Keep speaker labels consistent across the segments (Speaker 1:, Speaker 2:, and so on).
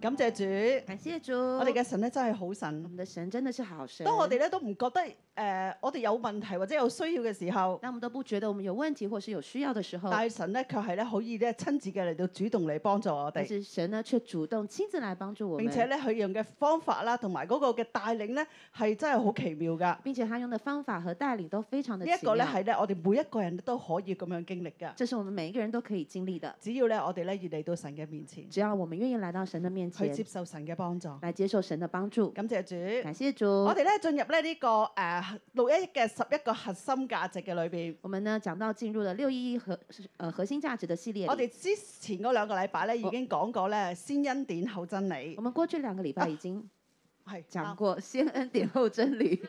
Speaker 1: 感謝主，
Speaker 2: 感谢主，
Speaker 1: 我
Speaker 2: 我
Speaker 1: 哋嘅神咧真係好
Speaker 2: 我
Speaker 1: 神。
Speaker 2: 们的神真的是好神。
Speaker 1: 當我哋咧都唔覺得誒、呃我哋有問題或者有需要嘅時候，
Speaker 2: 当我们都不觉得我们有问题或是有需要的时候，
Speaker 1: 但係神咧卻係咧好易咧親自嘅嚟到主動嚟幫助我
Speaker 2: 但
Speaker 1: 哋，
Speaker 2: 是神呢却主动亲自来帮助我
Speaker 1: 並且
Speaker 2: 们，
Speaker 1: 咧佢用嘅方法啦，同埋嗰個嘅帶領咧係真係好奇妙㗎。
Speaker 2: 并且他用的方法和带领都非常的
Speaker 1: 呢一
Speaker 2: 奇
Speaker 1: 個咧
Speaker 2: 妙。
Speaker 1: 係咧我哋每一個人都可以咁樣經歷㗎。
Speaker 2: 这是我们每一个人都可以经历的，
Speaker 1: 只要咧我哋咧越嚟到神嘅面前，
Speaker 2: 只要我们愿意来到神的面
Speaker 1: 去
Speaker 2: 前
Speaker 1: 接，受神嘅幫助。
Speaker 2: 来接受神的帮助。
Speaker 1: 感謝主。
Speaker 2: 感谢主，
Speaker 1: 我哋咧進入咧呢、個誒六一一嘅十一個核心價值嘅裏邊。
Speaker 2: 我们呢讲到进入了六一一核呃核心价值的系列
Speaker 1: 我
Speaker 2: 里，
Speaker 1: 哋之前嗰兩個禮拜咧已經講過咧，先恩典後真理啊
Speaker 2: 我，们过去两个礼拜已经
Speaker 1: 係
Speaker 2: 讲
Speaker 1: 啱
Speaker 2: 过先恩典后真理，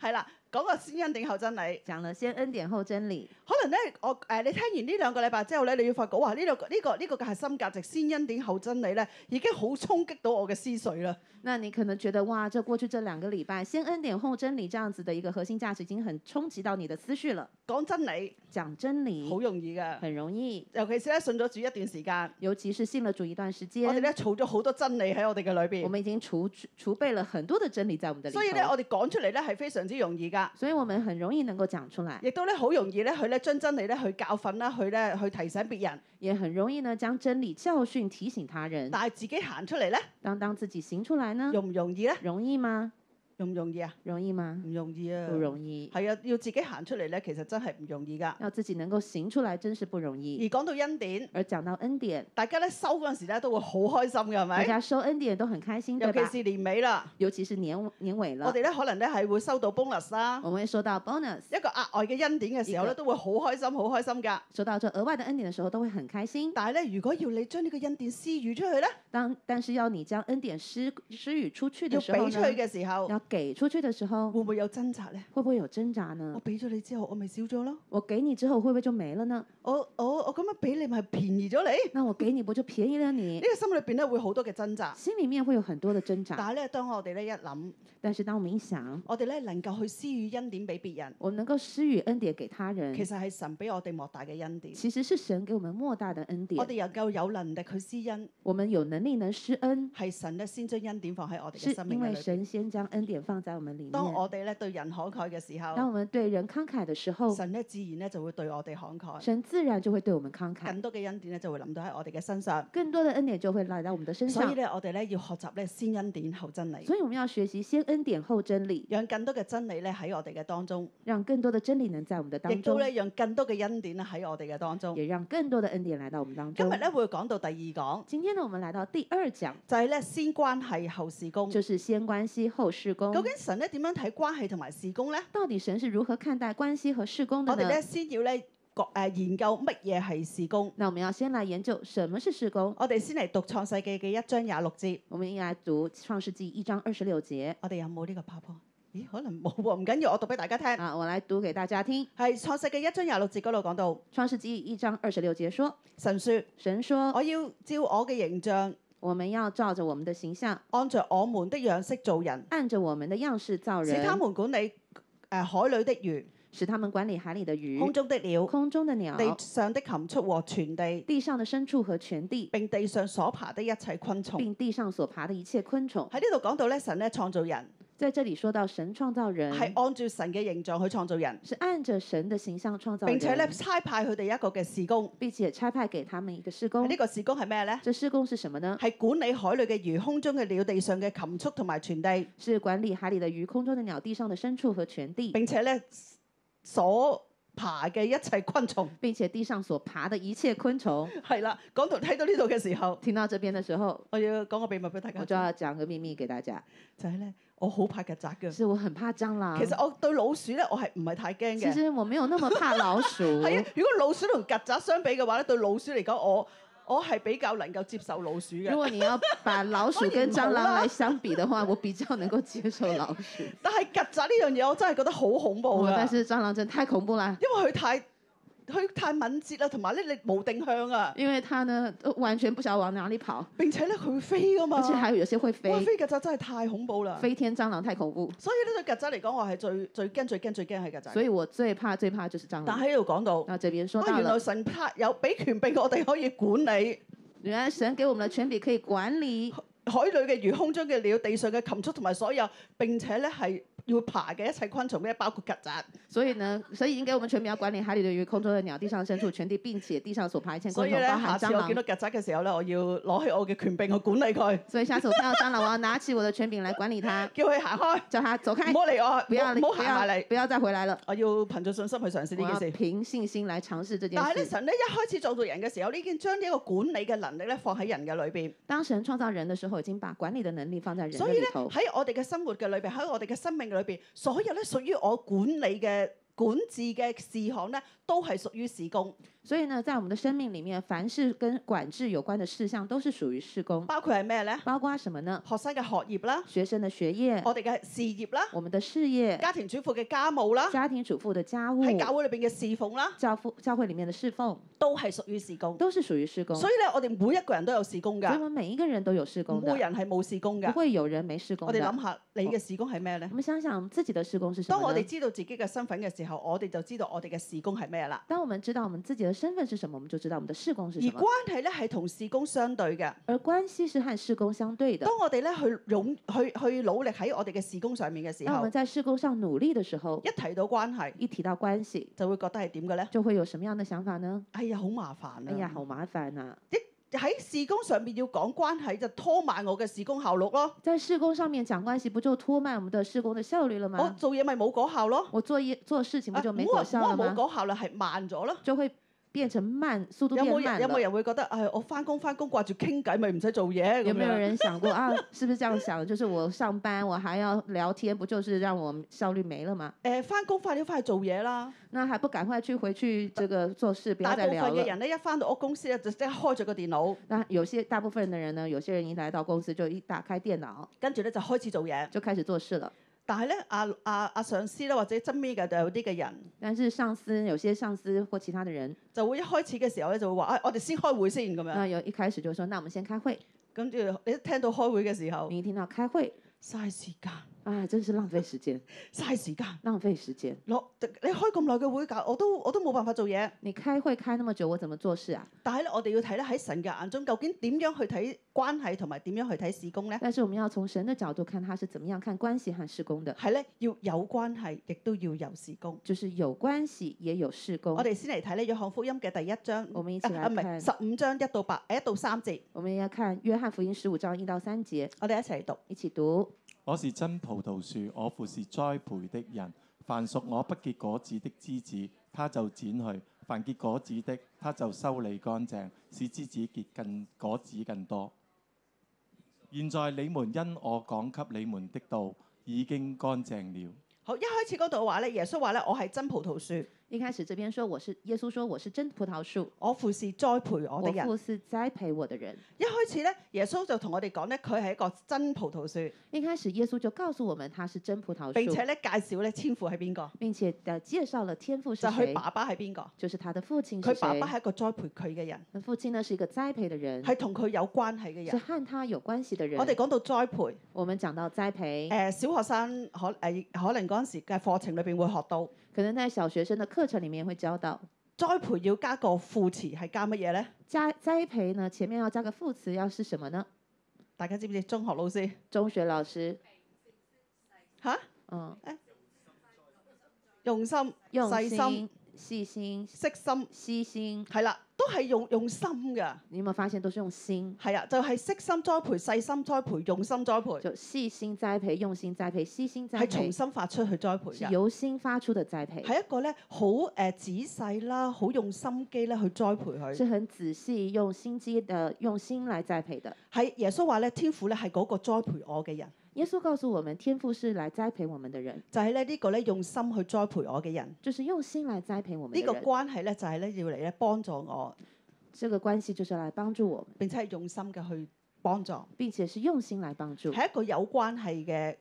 Speaker 1: 係啦，講個先恩典後真理。
Speaker 2: 讲了先恩典后真理。
Speaker 1: 可能咧，我誒、呃你聽完呢兩個禮拜之後咧，你要發覺哇，呢、兩個呢、個呢、個嘅核心價值先恩典後真理咧，已經好衝擊到我嘅思緒啦。
Speaker 2: 那你可能觉得哇，这过去这两个礼拜，先恩典后真理这样子的一个核心价值，已经很冲击到你的思绪了。
Speaker 1: 講真理
Speaker 2: 讲真理
Speaker 1: 好容易嘅，
Speaker 2: 很容易，
Speaker 1: 尤其是咧信咗主一段時間，
Speaker 2: 尤其是信了主一段时
Speaker 1: 我哋
Speaker 2: 间，
Speaker 1: 咧儲咗好多真理喺我哋嘅裏邊，
Speaker 2: 我们已经储储备了很多的真理在我们的里头，
Speaker 1: 所以咧我哋講出嚟咧係非常之容易㗎，
Speaker 2: 所以我们很容易能够讲出来，
Speaker 1: 亦都咧好容易咧去咧將真理咧去教訓啦，去咧去提醒別人，
Speaker 2: 也很容易呢将真理教训提醒他人。
Speaker 1: 但係自己行出嚟咧
Speaker 2: 当当自己行出来呢，
Speaker 1: 容唔容易咧？
Speaker 2: 容易吗？
Speaker 1: 容唔容易啊？
Speaker 2: 容易吗？
Speaker 1: 唔容易啊，
Speaker 2: 不容易，
Speaker 1: 係啊，要自己行出嚟咧，其實真係唔容易噶。
Speaker 2: 要自己能够行出来，真是不容
Speaker 1: 而
Speaker 2: 易。
Speaker 1: 講到恩典，
Speaker 2: 而讲到恩典，
Speaker 1: 大家咧收嗰陣時咧都會好開心啊嘅，係
Speaker 2: 大
Speaker 1: 咪？
Speaker 2: 家收恩典都很开心，
Speaker 1: 尤
Speaker 2: 对吧
Speaker 1: 其？是年尾啦，
Speaker 2: 尤其是年年尾了
Speaker 1: 我。哋咧可能咧係會收到 bonus 啦，
Speaker 2: 我们会收到 bonus，
Speaker 1: 一個額外嘅恩典嘅時候
Speaker 2: 一
Speaker 1: 咧
Speaker 2: 個
Speaker 1: 都會好開心，好開心㗎。
Speaker 2: 收到这额外的恩典的时候，都会很开心。
Speaker 1: 但係咧，如果要你將呢個恩典施予出去咧，
Speaker 2: 当但是要你将恩典施施予出去
Speaker 1: 要
Speaker 2: 的时候
Speaker 1: 俾
Speaker 2: 呢
Speaker 1: 出，去嘅時候，
Speaker 2: 要给出去的时候，
Speaker 1: 會唔會有掙扎咧？
Speaker 2: 会不会有挣扎
Speaker 1: 我
Speaker 2: 呢？
Speaker 1: 俾咗你之後，我咪少咗咯。哦
Speaker 2: 我给你之后会不会就没了呢？
Speaker 1: 我我我咁樣俾你咪便宜咗你？
Speaker 2: 那我给你不就便宜了
Speaker 1: 呢
Speaker 2: 你？
Speaker 1: 個心裏邊咧會好多嘅掙扎。
Speaker 2: 心里面会有很多的挣扎。
Speaker 1: 但係咧，當我哋咧一諗，
Speaker 2: 但是当我们一想，
Speaker 1: 我哋咧能夠去施予恩典俾別人。
Speaker 2: 我们能够施予恩典给他人
Speaker 1: 其，實係神俾我哋莫大嘅恩典，
Speaker 2: 其嗯实是神给我们莫大的恩
Speaker 1: 我哋
Speaker 2: 典。
Speaker 1: 能夠有能力去施恩，
Speaker 2: 我们有能力能施恩，
Speaker 1: 係神咧先將恩典放喺我哋
Speaker 2: 是
Speaker 1: 嘅生
Speaker 2: 因
Speaker 1: 命嘅
Speaker 2: 为
Speaker 1: 裏邊。
Speaker 2: 神先将恩典放在我们里
Speaker 1: 當
Speaker 2: 面。
Speaker 1: 我哋咧對人慷慨嘅時
Speaker 2: 当
Speaker 1: 候，
Speaker 2: 我们对人慷慨的时候，
Speaker 1: 神咧自然咧就會對我哋慷慨，
Speaker 2: 神自然就会对我们慷慨。
Speaker 1: 更多嘅恩典咧就會臨到喺我哋嘅身上。
Speaker 2: 更多的恩典就会来到我们的身
Speaker 1: 所以
Speaker 2: 上。
Speaker 1: 咧，我哋咧要學習咧先恩典後真理，
Speaker 2: 所以我们要学习先恩典后真理，
Speaker 1: 讓更多嘅真理咧喺我哋嘅當中，
Speaker 2: 让更多的真理能在我们的
Speaker 1: 亦
Speaker 2: 当
Speaker 1: 都
Speaker 2: 中，
Speaker 1: 咧讓更多嘅恩典咧喺我哋嘅當中。
Speaker 2: 也让更多的恩典来到我们当
Speaker 1: 今
Speaker 2: 中
Speaker 1: 日。咧會講到第二講，
Speaker 2: 今天呢，我们来到第二讲，
Speaker 1: 就係咧先關係後事工。
Speaker 2: 就是先关系后事工
Speaker 1: 究。竟神咧點樣睇關係同埋事工咧？
Speaker 2: 到底神是如何看待關係和事工的
Speaker 1: 我哋咧
Speaker 2: 呢？
Speaker 1: 先要咧各誒研究乜嘢係事工。
Speaker 2: 那我们要先来研究什么是事工。
Speaker 1: 我哋先嚟讀創世記嘅一章廿六節。
Speaker 2: 我们应该讀《创世纪》一章二十六节
Speaker 1: 我哋有冇呢個 PowerPoint？咦，可能冇喎，唔緊要，我讀俾大家聽。
Speaker 2: 啊，我来讀給大家聽。《
Speaker 1: 係創世記一章廿六節嗰度講到，
Speaker 2: 创世纪》一章二十六节说
Speaker 1: 神說：：“
Speaker 2: 神说，
Speaker 1: 我要照我嘅形象，
Speaker 2: 我们要照着我们的形象，
Speaker 1: 按着我們的樣式造人，
Speaker 2: 按着我们的样式造
Speaker 1: 使
Speaker 2: 人，
Speaker 1: 他們管理誒、呃海裏的魚、
Speaker 2: 使他们管理海里的鱼、
Speaker 1: 空中的鳥、
Speaker 2: 空中的鸟、
Speaker 1: 地上的禽畜和全地，
Speaker 2: 地上的牲畜和全地，
Speaker 1: 並地上所爬的一切昆蟲。
Speaker 2: 并地上所爬的一切昆虫。
Speaker 1: 喺呢度講到咧，神咧創造人
Speaker 2: 在这里说到神创造
Speaker 1: 係
Speaker 2: 人，
Speaker 1: 按照神嘅形象去創造人，
Speaker 2: 是按着神的形象创造
Speaker 1: 並且咧
Speaker 2: 人，
Speaker 1: 差派佢哋一個嘅事工。
Speaker 2: 并且差派给他们一个事工
Speaker 1: 呢。個事工係咩咧？
Speaker 2: 这事工是什么呢？
Speaker 1: 係管理海裏嘅魚、空中嘅鳥、地上嘅禽畜同埋全地，
Speaker 2: 是管理海里的鱼、空中的鸟、地上的牲畜和全地，
Speaker 1: 並且咧所爬嘅一切昆蟲。
Speaker 2: 并且地上所爬的一切昆虫。
Speaker 1: 係啦，講到睇到呢度嘅時候，
Speaker 2: 听到这边的时候，
Speaker 1: 我要講個秘密俾大家
Speaker 2: 我就
Speaker 1: 聽，
Speaker 2: 要讲个秘密给大家，
Speaker 1: 就係咧，我好怕曱甴嘅。
Speaker 2: 是我很怕蟑螂
Speaker 1: 嗯其。實我對老鼠咧，我係唔係太驚
Speaker 2: 啊其
Speaker 1: 嘅。
Speaker 2: 实我没有那么怕老鼠，
Speaker 1: 係啊，如果老鼠同曱甴相比嘅話咧，對老鼠嚟講，我我係比較能夠接受老鼠
Speaker 2: 如
Speaker 1: 嘅。
Speaker 2: 果你要把老
Speaker 1: 我
Speaker 2: 鼠
Speaker 1: 也
Speaker 2: 跟蟑
Speaker 1: 毛
Speaker 2: 螂
Speaker 1: 啊
Speaker 2: 来相比 的话，我比较能够接受老鼠。
Speaker 1: 但係曱甴呢樣嘢，我真係覺得好恐怖
Speaker 2: 哇
Speaker 1: 㗎
Speaker 2: 哦但，是蟑螂真的太恐怖了，
Speaker 1: 因為佢太佢太敏捷啦，同埋咧你冇定向啊，
Speaker 2: 因为它呢都完全不晓得往哪里跑，
Speaker 1: 並且咧佢會飛㗎嘛。
Speaker 2: 而且还有有些会飞
Speaker 1: 哇！，飛曱甴真係太恐怖啦，
Speaker 2: 飞天蟑螂太恐怖，
Speaker 1: 所以呢對曱甴嚟講，我係最最驚、最驚、最驚係曱甴。
Speaker 2: 所以我最怕最怕就是蟑
Speaker 1: 但
Speaker 2: 螂。
Speaker 1: 喺呢度講到，
Speaker 2: 那这边说
Speaker 1: 哇！
Speaker 2: 到
Speaker 1: 原來
Speaker 2: 了，
Speaker 1: 神派有俾權柄我哋可以管理，
Speaker 2: 原来神给我们的权柄可以管理
Speaker 1: 海裏嘅魚、空中嘅鳥、地上嘅禽畜同埋所有並且咧係要爬嘅一切昆蟲咧，包括曱甴。
Speaker 2: 所以呢，所以已经给我们权柄要管理海里的鱼、空中的鸟、地上的牲畜、全地，并且地上所爬一切
Speaker 1: 所
Speaker 2: 昆
Speaker 1: 以
Speaker 2: 虫，
Speaker 1: 咧，
Speaker 2: 包
Speaker 1: 下
Speaker 2: 含
Speaker 1: 次
Speaker 2: 蟑
Speaker 1: 我見
Speaker 2: 螂。
Speaker 1: 到曱甴嘅時候咧，我要攞起我嘅權柄，我管理佢，
Speaker 2: 所以下次我看到蟑螂，我要拿起我的权柄来管理它，
Speaker 1: 叫佢行開，
Speaker 2: 叫它走开
Speaker 1: 唔，好嚟
Speaker 2: 不要
Speaker 1: 我，
Speaker 2: 理
Speaker 1: 唔好
Speaker 2: 不
Speaker 1: 行埋
Speaker 2: 要
Speaker 1: 嚟。
Speaker 2: 不要再回来了。
Speaker 1: 我要憑住信心去嘗試
Speaker 2: 我
Speaker 1: 呢
Speaker 2: 要
Speaker 1: 件事。
Speaker 2: 凭信心来尝试这件
Speaker 1: 但係咧，
Speaker 2: 事。
Speaker 1: 神咧一開始做到人嘅時候，呢已經將呢一個管理嘅能力咧放喺人嘅裏邊。
Speaker 2: 当神创造人的时候，已经把管理的能力放在人
Speaker 1: 所
Speaker 2: 的
Speaker 1: 以
Speaker 2: 里
Speaker 1: 咧
Speaker 2: 头。
Speaker 1: 喺我哋嘅生活嘅裏邊，喺我哋嘅生命裏邊，所有咧屬於我管理嘅管治嘅事項咧，都係屬於事工，
Speaker 2: 所以呢，在我们的生命里面，凡是跟管制有关的事项，都是属于事工，
Speaker 1: 包括係咩咧？
Speaker 2: 包括什么呢？
Speaker 1: 學生嘅學業啦，
Speaker 2: 学生的学业、
Speaker 1: 我哋嘅事業啦，
Speaker 2: 我们的事业、
Speaker 1: 家庭主婦嘅家務啦，
Speaker 2: 嗯家庭主妇的家务、
Speaker 1: 喺教會裏邊嘅侍奉啦，
Speaker 2: 教父教会里面的侍奉，
Speaker 1: 都係屬於事工。
Speaker 2: 都是属于事工。
Speaker 1: 所以咧，我哋每一個人都有事工
Speaker 2: 所以我
Speaker 1: 㗎，
Speaker 2: 们嗯每一个人都有事工
Speaker 1: 冇
Speaker 2: 的，
Speaker 1: 人係冇事工
Speaker 2: 不
Speaker 1: 㗎。
Speaker 2: 会有人没事工
Speaker 1: 我哋
Speaker 2: 的。
Speaker 1: 諗下，你嘅事工係咩咧
Speaker 2: 我？们想想自己的事工是什
Speaker 1: 當
Speaker 2: 么
Speaker 1: 我
Speaker 2: 呢
Speaker 1: 哋？知道自己嘅身份嘅時候，我哋就知道我哋嘅事工係咩啦。
Speaker 2: 当我们知道我们自己的身份是什么，我们就知道我们的事工是
Speaker 1: 而
Speaker 2: 什么。
Speaker 1: 關係咧係同事工相對嘅。
Speaker 2: 而關系是和事工相对的。
Speaker 1: 當我哋咧去勇去去努力喺我哋嘅事工上面嘅時
Speaker 2: 当我
Speaker 1: 候
Speaker 2: 们，在事工上努力的时候，
Speaker 1: 一提到關係
Speaker 2: 一提到關系，
Speaker 1: 就會覺得係點嘅咧？
Speaker 2: 就会有什么样的想法呢？
Speaker 1: 哎呀，好麻煩啊！
Speaker 2: 哎呀，好麻烦呐、
Speaker 1: 喺事工上面要講關係，就拖慢我嘅事工效率咯。
Speaker 2: 在事工上面讲關系，不就拖慢我们的事工的效率了
Speaker 1: 我
Speaker 2: 吗？
Speaker 1: 哦做嘢咪冇果效咯。
Speaker 2: 我做一嗯做事情不
Speaker 1: 啊
Speaker 2: 就没
Speaker 1: 唔好
Speaker 2: 果
Speaker 1: 話唔
Speaker 2: 效
Speaker 1: 好
Speaker 2: 了
Speaker 1: 話冇
Speaker 2: 吗？
Speaker 1: 果效啦，係慢咗啦。
Speaker 2: 就会變成慢，速度
Speaker 1: 有
Speaker 2: 变
Speaker 1: 冇
Speaker 2: 慢
Speaker 1: 人有冇
Speaker 2: 了。
Speaker 1: 人會覺得，唉，我翻工翻工掛住傾偈，咪唔使做嘢咁
Speaker 2: 有没有
Speaker 1: 樣？
Speaker 2: 人想 过啊？是不是这样想？就是我上班，我还要聊天，不就是让我效率没了吗？
Speaker 1: 誒，翻工快啲翻去做嘢啦！
Speaker 2: 那还不赶快去回去这个做事，不
Speaker 1: 大
Speaker 2: 要
Speaker 1: 部
Speaker 2: 再
Speaker 1: 分
Speaker 2: 聊
Speaker 1: 嘅
Speaker 2: 了。
Speaker 1: 人咧，一翻到屋公司咧，就即刻開咗個電腦，
Speaker 2: 那有些大部分的人呢，有些人一来到公司就一打开电脑
Speaker 1: 跟住咧就開始做嘢。
Speaker 2: 就开始做事了。
Speaker 1: 但係咧，阿阿阿上司咧，或者側尾嘅就有啲嘅人。
Speaker 2: 但是上司有些上司或其他的人，
Speaker 1: 就會一開始嘅時候咧就會話：，哎，我哋先開會先咁樣。
Speaker 2: 那有一开始就說，那我们先開會。
Speaker 1: 跟住你一聽到開會嘅時候，
Speaker 2: 你一聽到開會，
Speaker 1: 嘥時間，
Speaker 2: 啊，真是浪費時間，
Speaker 1: 嘥時間。
Speaker 2: 浪費時間。
Speaker 1: 攞你開咁耐嘅會搞，我都我都冇辦法做嘢。
Speaker 2: 你開會開那麼久，我怎麼做事啊？
Speaker 1: 但係咧，我哋要睇咧喺神嘅眼中，究竟點樣去睇關係同埋點樣去睇事工咧？
Speaker 2: 但是我們要從神的角度看，他是怎麼樣看關係和事工的，
Speaker 1: 係咧，要有關係，亦都要有事工。
Speaker 2: 就是有關係也有事工
Speaker 1: 我。哋先嚟睇咧《約翰福音》嘅第一章，
Speaker 2: 我們一起
Speaker 1: 啊啊
Speaker 2: 來
Speaker 1: 唔係
Speaker 2: 看，
Speaker 1: 十五章一到八，誒一到三節，
Speaker 2: 我們要看約翰福音十五章一到三節，
Speaker 1: 我哋一齊嚟讀。
Speaker 2: 一起讀。
Speaker 3: 我是真葡萄樹，我父是栽培的人。凡屬我不結果子的枝子，他就剪去；凡結果子的，他就修理乾淨，使枝子結更果子更多。現在你們因我講給你們的道已經乾淨了。
Speaker 1: 好，一開始嗰度話咧，耶穌話咧，我係真葡萄樹，
Speaker 2: 一開始這邊說我是耶穌說我是真葡萄樹，
Speaker 1: 我父是栽培我
Speaker 2: 我
Speaker 1: 的人。
Speaker 2: 父是栽培我的人。
Speaker 1: 一開始咧，耶穌就同我哋講咧，佢係一個真葡萄樹，
Speaker 2: 一開始耶穌就告訴我們他是真葡萄
Speaker 1: 並
Speaker 2: 樹
Speaker 1: 且，咧介紹咧千父係邊個，
Speaker 2: 並且的介紹了天父
Speaker 1: 就是佢
Speaker 2: 誰，
Speaker 1: 爸爸係邊個。
Speaker 2: 就是他的父親
Speaker 1: 佢
Speaker 2: 是
Speaker 1: 爸
Speaker 2: 誰
Speaker 1: 爸。係一個栽培佢嘅人，
Speaker 2: 那父親呢是一個栽培的人，
Speaker 1: 係同佢有關係嘅
Speaker 2: 是
Speaker 1: 人。
Speaker 2: 和他有關係的人。
Speaker 1: 我哋講到栽培，誒、
Speaker 2: 我們講到栽培，
Speaker 1: 小學生可誒、可能嗰陣時嘅課程裏邊會學到
Speaker 2: 可能在小學生的課程裡面會教到
Speaker 1: 栽培要加個副詞係加乜嘢咧？
Speaker 2: 栽栽培呢，前面要加個副詞，要是什麼呢？
Speaker 1: 大家知唔知？中學老師
Speaker 2: 中學老師，
Speaker 1: 吓，
Speaker 2: 嗯，
Speaker 1: 用心、
Speaker 2: 用
Speaker 1: 細心
Speaker 2: 心、細心、
Speaker 1: 悉心，
Speaker 2: 悉心，
Speaker 1: 係啦，都係用用心㗎。
Speaker 2: 你有沒有發現都是用心？
Speaker 1: 係啊，就係、悉心栽培、細心栽培、用心栽培，
Speaker 2: 就細心栽培、用心栽培、悉心栽
Speaker 1: 係從
Speaker 2: 培，
Speaker 1: 心發出去栽培
Speaker 2: 是
Speaker 1: 㗎。
Speaker 2: 由心發出的栽培，
Speaker 1: 係一個咧好誒仔細啦，好用心機咧去栽培佢。
Speaker 2: 是很仔細、用心機的、用心來栽培的。
Speaker 1: 係耶穌話咧，天父咧係嗰個栽培我嘅人，
Speaker 2: 耶穌告訴我們，天父是來栽培我們的人，
Speaker 1: 就係咧呢個咧用心去栽培我嘅人。
Speaker 2: 就是用心來栽培我們
Speaker 1: 呢
Speaker 2: 的
Speaker 1: 個
Speaker 2: 人。
Speaker 1: 關係咧就係咧要嚟咧幫助我，
Speaker 2: 這個關係就是來幫助我們，
Speaker 1: 並且係用心嘅去幫助，
Speaker 2: 並且是用心來幫助，
Speaker 1: 係一個有關係嘅。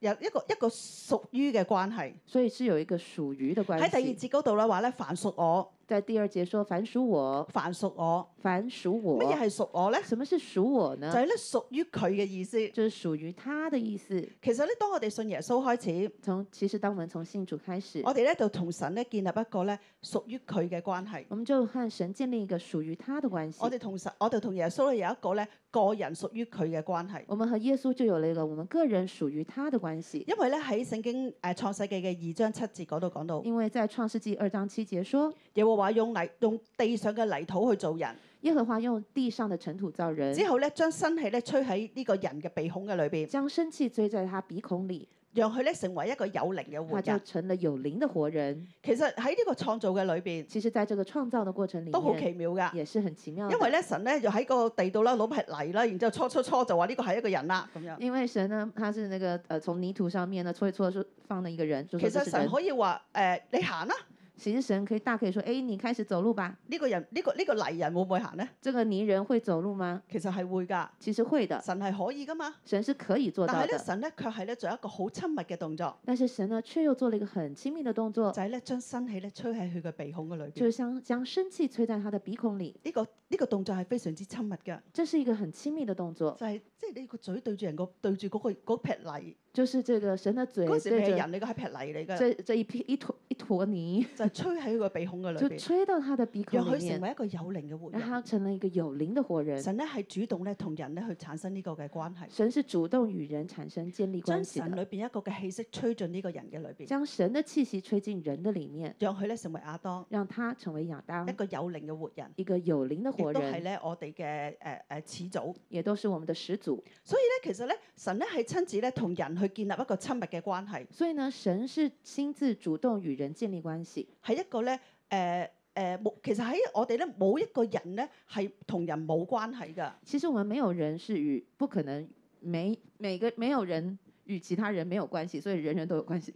Speaker 1: 有一個一個屬於嘅關係，
Speaker 2: 所以是有一個屬於的關
Speaker 1: 喺第二
Speaker 2: 係。
Speaker 1: 節嗰度咧話咧，凡屬我
Speaker 2: 在第二节说：“凡属我，
Speaker 1: 凡屬我。
Speaker 2: 凡属
Speaker 1: 乜
Speaker 2: 我。
Speaker 1: 嘢係屬我咧”？
Speaker 2: 什么是属我
Speaker 1: 就
Speaker 2: 呢？
Speaker 1: 係咧屬於佢嘅意思。
Speaker 2: 就是属于他的意思。
Speaker 1: 其實咧，當我哋信耶穌開始，
Speaker 2: 从其实当我们从信主开始，
Speaker 1: 我哋咧就同神咧建立一個咧屬於佢嘅關係。
Speaker 2: 我们就和神建立一个属于他的关系
Speaker 1: 我。哋同神，我哋同耶穌咧有一個咧個人屬於佢嘅關係。
Speaker 2: 我们和耶穌就有了一个我们个人属于他的关系，
Speaker 1: 因為咧喺聖經誒創世記嘅二章七節嗰度講到，
Speaker 2: 因為在創世纪二章七节说，
Speaker 1: 耶和華用泥用地上嘅泥土去做人，
Speaker 2: 耶和華用地上的尘土造人，
Speaker 1: 之後咧將生氣咧吹喺呢個人嘅鼻孔嘅裏邊，
Speaker 2: 将生氣追在他鼻孔里，
Speaker 1: 讓佢咧成為一個有靈嘅活
Speaker 2: 他啊就
Speaker 1: 人。
Speaker 2: 成了有靈的活人。
Speaker 1: 其實喺呢個創造嘅裏邊
Speaker 2: 其实，在这个创造的过程里
Speaker 1: 都好
Speaker 2: 面，
Speaker 1: 奇妙㗎。
Speaker 2: 也是很奇妙的。
Speaker 1: 因為咧神咧就喺個地度啦，攞劈泥啦，然之後搓搓搓就話呢個係一個人啦咁樣。
Speaker 2: 因为神呢，他是那个呃，从泥土上面呢搓一搓，说放了一个人，就
Speaker 1: 其
Speaker 2: 说这
Speaker 1: 實
Speaker 2: 是
Speaker 1: 神
Speaker 2: 人。
Speaker 1: 可以話誒、呃你行啦，
Speaker 2: 其實神可以大可以说，哎，你开始走路吧。
Speaker 1: 呢、個人呢、個呢、個泥人會唔會行咧？
Speaker 2: 这个泥人会走路吗？
Speaker 1: 其實係會㗎，
Speaker 2: 其實會的，
Speaker 1: 神係可以㗎嘛。
Speaker 2: 神是可以做
Speaker 1: 但
Speaker 2: 到
Speaker 1: 係咧
Speaker 2: 的。
Speaker 1: 神咧卻係咧做一個好親密嘅動作，
Speaker 2: 但是神呢，却又做了一个很亲密的動作
Speaker 1: 就，係咧將生氣咧吹喺佢嘅鼻孔嘅裏邊。
Speaker 2: 就是将将生氣吹在他的鼻孔里，
Speaker 1: 呢、個呢、個動作係非常之親密嘅，
Speaker 2: 这是一个很亲密的動作。
Speaker 1: 就係即係你個嘴對住人個對住嗰、個嗰撇泥，
Speaker 2: 就是这个神的嘴
Speaker 1: 嗰時
Speaker 2: 对
Speaker 1: 係
Speaker 2: 着
Speaker 1: 人嚟嘅係撇泥嚟嘅，
Speaker 2: 这這一片一坨一坨泥，
Speaker 1: 就係吹喺佢個鼻孔嘅裏
Speaker 2: 就
Speaker 1: 邊，
Speaker 2: 吹到他的鼻
Speaker 1: 讓
Speaker 2: 孔里
Speaker 1: 佢成
Speaker 2: 面，
Speaker 1: 為一個有靈 嘅活
Speaker 2: 让
Speaker 1: 人。
Speaker 2: 他成了一个有靈的活人。
Speaker 1: 神咧係主動咧同人咧去產生呢個嘅關係，
Speaker 2: 神是主動與人產生建立關
Speaker 1: 將
Speaker 2: 係
Speaker 1: 神裏
Speaker 2: 的，
Speaker 1: 邊一個嘅氣息吹進呢個人嘅裏邊，
Speaker 2: 將神的氣息吹進人的里面，
Speaker 1: 讓佢咧成為亞當
Speaker 2: 讓他成為亞當
Speaker 1: 一，個有靈嘅活人，
Speaker 2: 一個有靈的
Speaker 1: 亦
Speaker 2: 活
Speaker 1: 哎都係
Speaker 2: 人，
Speaker 1: 咧我哋嘅誒誒始祖。
Speaker 2: 也都是我們的始祖。
Speaker 1: 所以咧，其實咧，神咧係親自咧同人去建立一個親密嘅關係，
Speaker 2: 所以呢，神是親自主動與人建立關係，
Speaker 1: 係一個咧誒誒冇。其實喺我哋咧冇一個人咧係同人冇關係㗎。
Speaker 2: 其實我們沒有人是與不可能每每個沒有人與其他人沒有關係，所以人人都有關係。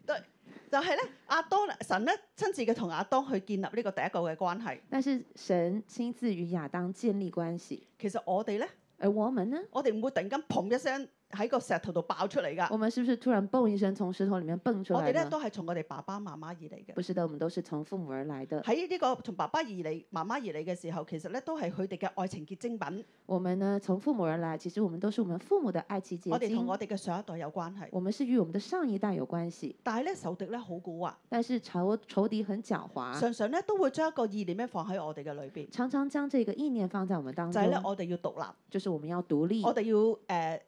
Speaker 1: 就係咧，亞當神咧親自嘅同亞當去建立呢個第一個嘅關係。
Speaker 2: 但是神親自與亞當建立關係，
Speaker 1: 其實我哋咧，
Speaker 2: 而我們呢，
Speaker 1: 我哋唔會突然間砰一聲喺個石頭度爆出嚟㗎。
Speaker 2: 我們是不是突然蹦一聲從石頭裡面蹦出
Speaker 1: 我
Speaker 2: 來
Speaker 1: 哋咧
Speaker 2: 呢？
Speaker 1: 都係從我哋爸爸媽媽而嚟嘅。
Speaker 2: 不是的，我們都是從父母而來的。
Speaker 1: 喺呢個從爸爸而嚟、媽媽而嚟嘅時候，其實咧都係佢哋嘅愛情結晶品。
Speaker 2: 我們呢，從父母而來，其實我們都是我們父母的愛情結
Speaker 1: 我哋
Speaker 2: 晶
Speaker 1: 同。我哋嘅上一代有關係。
Speaker 2: 我們是與我們的上一代有關係，
Speaker 1: 但係咧，仇敵咧好蠱惑，
Speaker 2: 但是仇仇敵很狡猾，
Speaker 1: 常常咧都會將一個意念咧放喺我哋嘅裏邊，
Speaker 2: 常常將這個意念放嗯在我們當
Speaker 1: 就係咧
Speaker 2: 中，
Speaker 1: 我哋要獨立，
Speaker 2: 就是我們要獨立，
Speaker 1: 我哋要誒、呃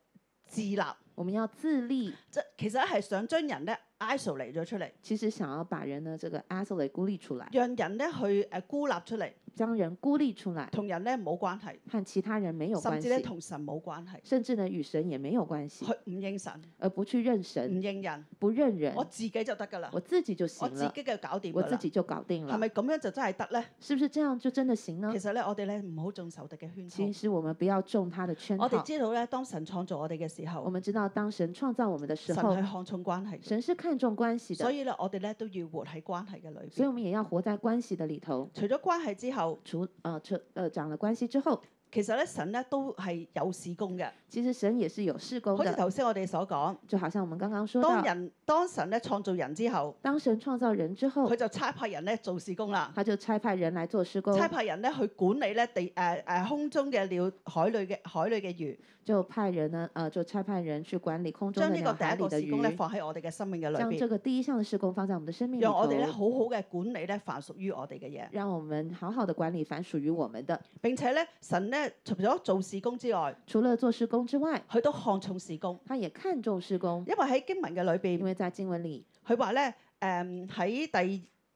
Speaker 1: 自立。
Speaker 2: 我們要自立。
Speaker 1: 即其實係想將人咧 isolate 咗出嚟，
Speaker 2: 其實想要把人呢這個 isolate 孤立出來，
Speaker 1: 讓人咧去誒孤立出嚟，
Speaker 2: 將人孤立出來，
Speaker 1: 同人咧冇關係，
Speaker 2: 和其他人沒有關
Speaker 1: 甚至咧
Speaker 2: 係，
Speaker 1: 同神冇關係，
Speaker 2: 甚至呢與神也沒有關係，
Speaker 1: 佢唔認神，
Speaker 2: 而不去認
Speaker 1: 唔
Speaker 2: 神，
Speaker 1: 認人，
Speaker 2: 不認人
Speaker 1: 嗯我，自己就得㗎啦，
Speaker 2: 嗯我自己就
Speaker 1: 我
Speaker 2: 行
Speaker 1: 自
Speaker 2: 了，
Speaker 1: 己嘅搞掂
Speaker 2: 我
Speaker 1: 㗎
Speaker 2: 自
Speaker 1: 啦。
Speaker 2: 己就搞定
Speaker 1: 係
Speaker 2: 了，
Speaker 1: 咪咁樣就真係得咧？
Speaker 2: 是不是這樣就真的行呢
Speaker 1: 其？實咧，我哋咧唔好中仇敵嘅圈
Speaker 2: 其
Speaker 1: 套。
Speaker 2: 實我們不要中他的圈
Speaker 1: 我哋
Speaker 2: 套。
Speaker 1: 知道咧，當神創造我哋嘅時
Speaker 2: 哦我
Speaker 1: 候，
Speaker 2: 們知道，當神創造我們的時
Speaker 1: 神
Speaker 2: 候，
Speaker 1: 係看重關係嘅，
Speaker 2: 神是啊看重關係
Speaker 1: 所
Speaker 2: 的，
Speaker 1: 以咧我哋咧都要活喺關係嘅裏
Speaker 2: 所以
Speaker 1: 邊。
Speaker 2: 我們也要活在關係的裡頭。
Speaker 1: 除咗關係之後，
Speaker 2: 啊除呃除呃長了關係之後，
Speaker 1: 其實咧神咧都係有事工嘅，
Speaker 2: 其實神也是有事工
Speaker 1: 好似
Speaker 2: 的，
Speaker 1: 頭先我哋所講。
Speaker 2: 就好像我們剛剛說
Speaker 1: 當
Speaker 2: 到，
Speaker 1: 人當神咧創造人之後，
Speaker 2: 當神創造人之後
Speaker 1: 佢，就差派人咧做事工啦，
Speaker 2: 他就差派人來做事工，
Speaker 1: 差派人咧去管理咧地誒誒、呃空中嘅鳥、海裏嘅海裏嘅魚，
Speaker 2: 就派人呢呃就差派人去管理空中
Speaker 1: 將
Speaker 2: 的
Speaker 1: 呢個
Speaker 2: 鳥、啊
Speaker 1: 第一
Speaker 2: 海裡
Speaker 1: 個
Speaker 2: 的
Speaker 1: 事工咧
Speaker 2: 魚，
Speaker 1: 放喺我哋嘅生命嘅裏
Speaker 2: 將
Speaker 1: 邊，
Speaker 2: 這個第一項的事工放在我們的生命
Speaker 1: 讓我哋咧
Speaker 2: 裡
Speaker 1: 好
Speaker 2: 頭。
Speaker 1: 好嘅管理咧凡屬於我哋嘅嘢。
Speaker 2: 讓我們好好的管理凡屬於我們的。
Speaker 1: 並且咧，神咧除咗做事工之外，
Speaker 2: 除了做事工之外，
Speaker 1: 佢都看重事工，
Speaker 2: 他也看重事工，
Speaker 1: 因為喺經文嘅裏
Speaker 2: 因
Speaker 1: 邊，
Speaker 2: 為在經文裡，
Speaker 1: 佢話咧誒喺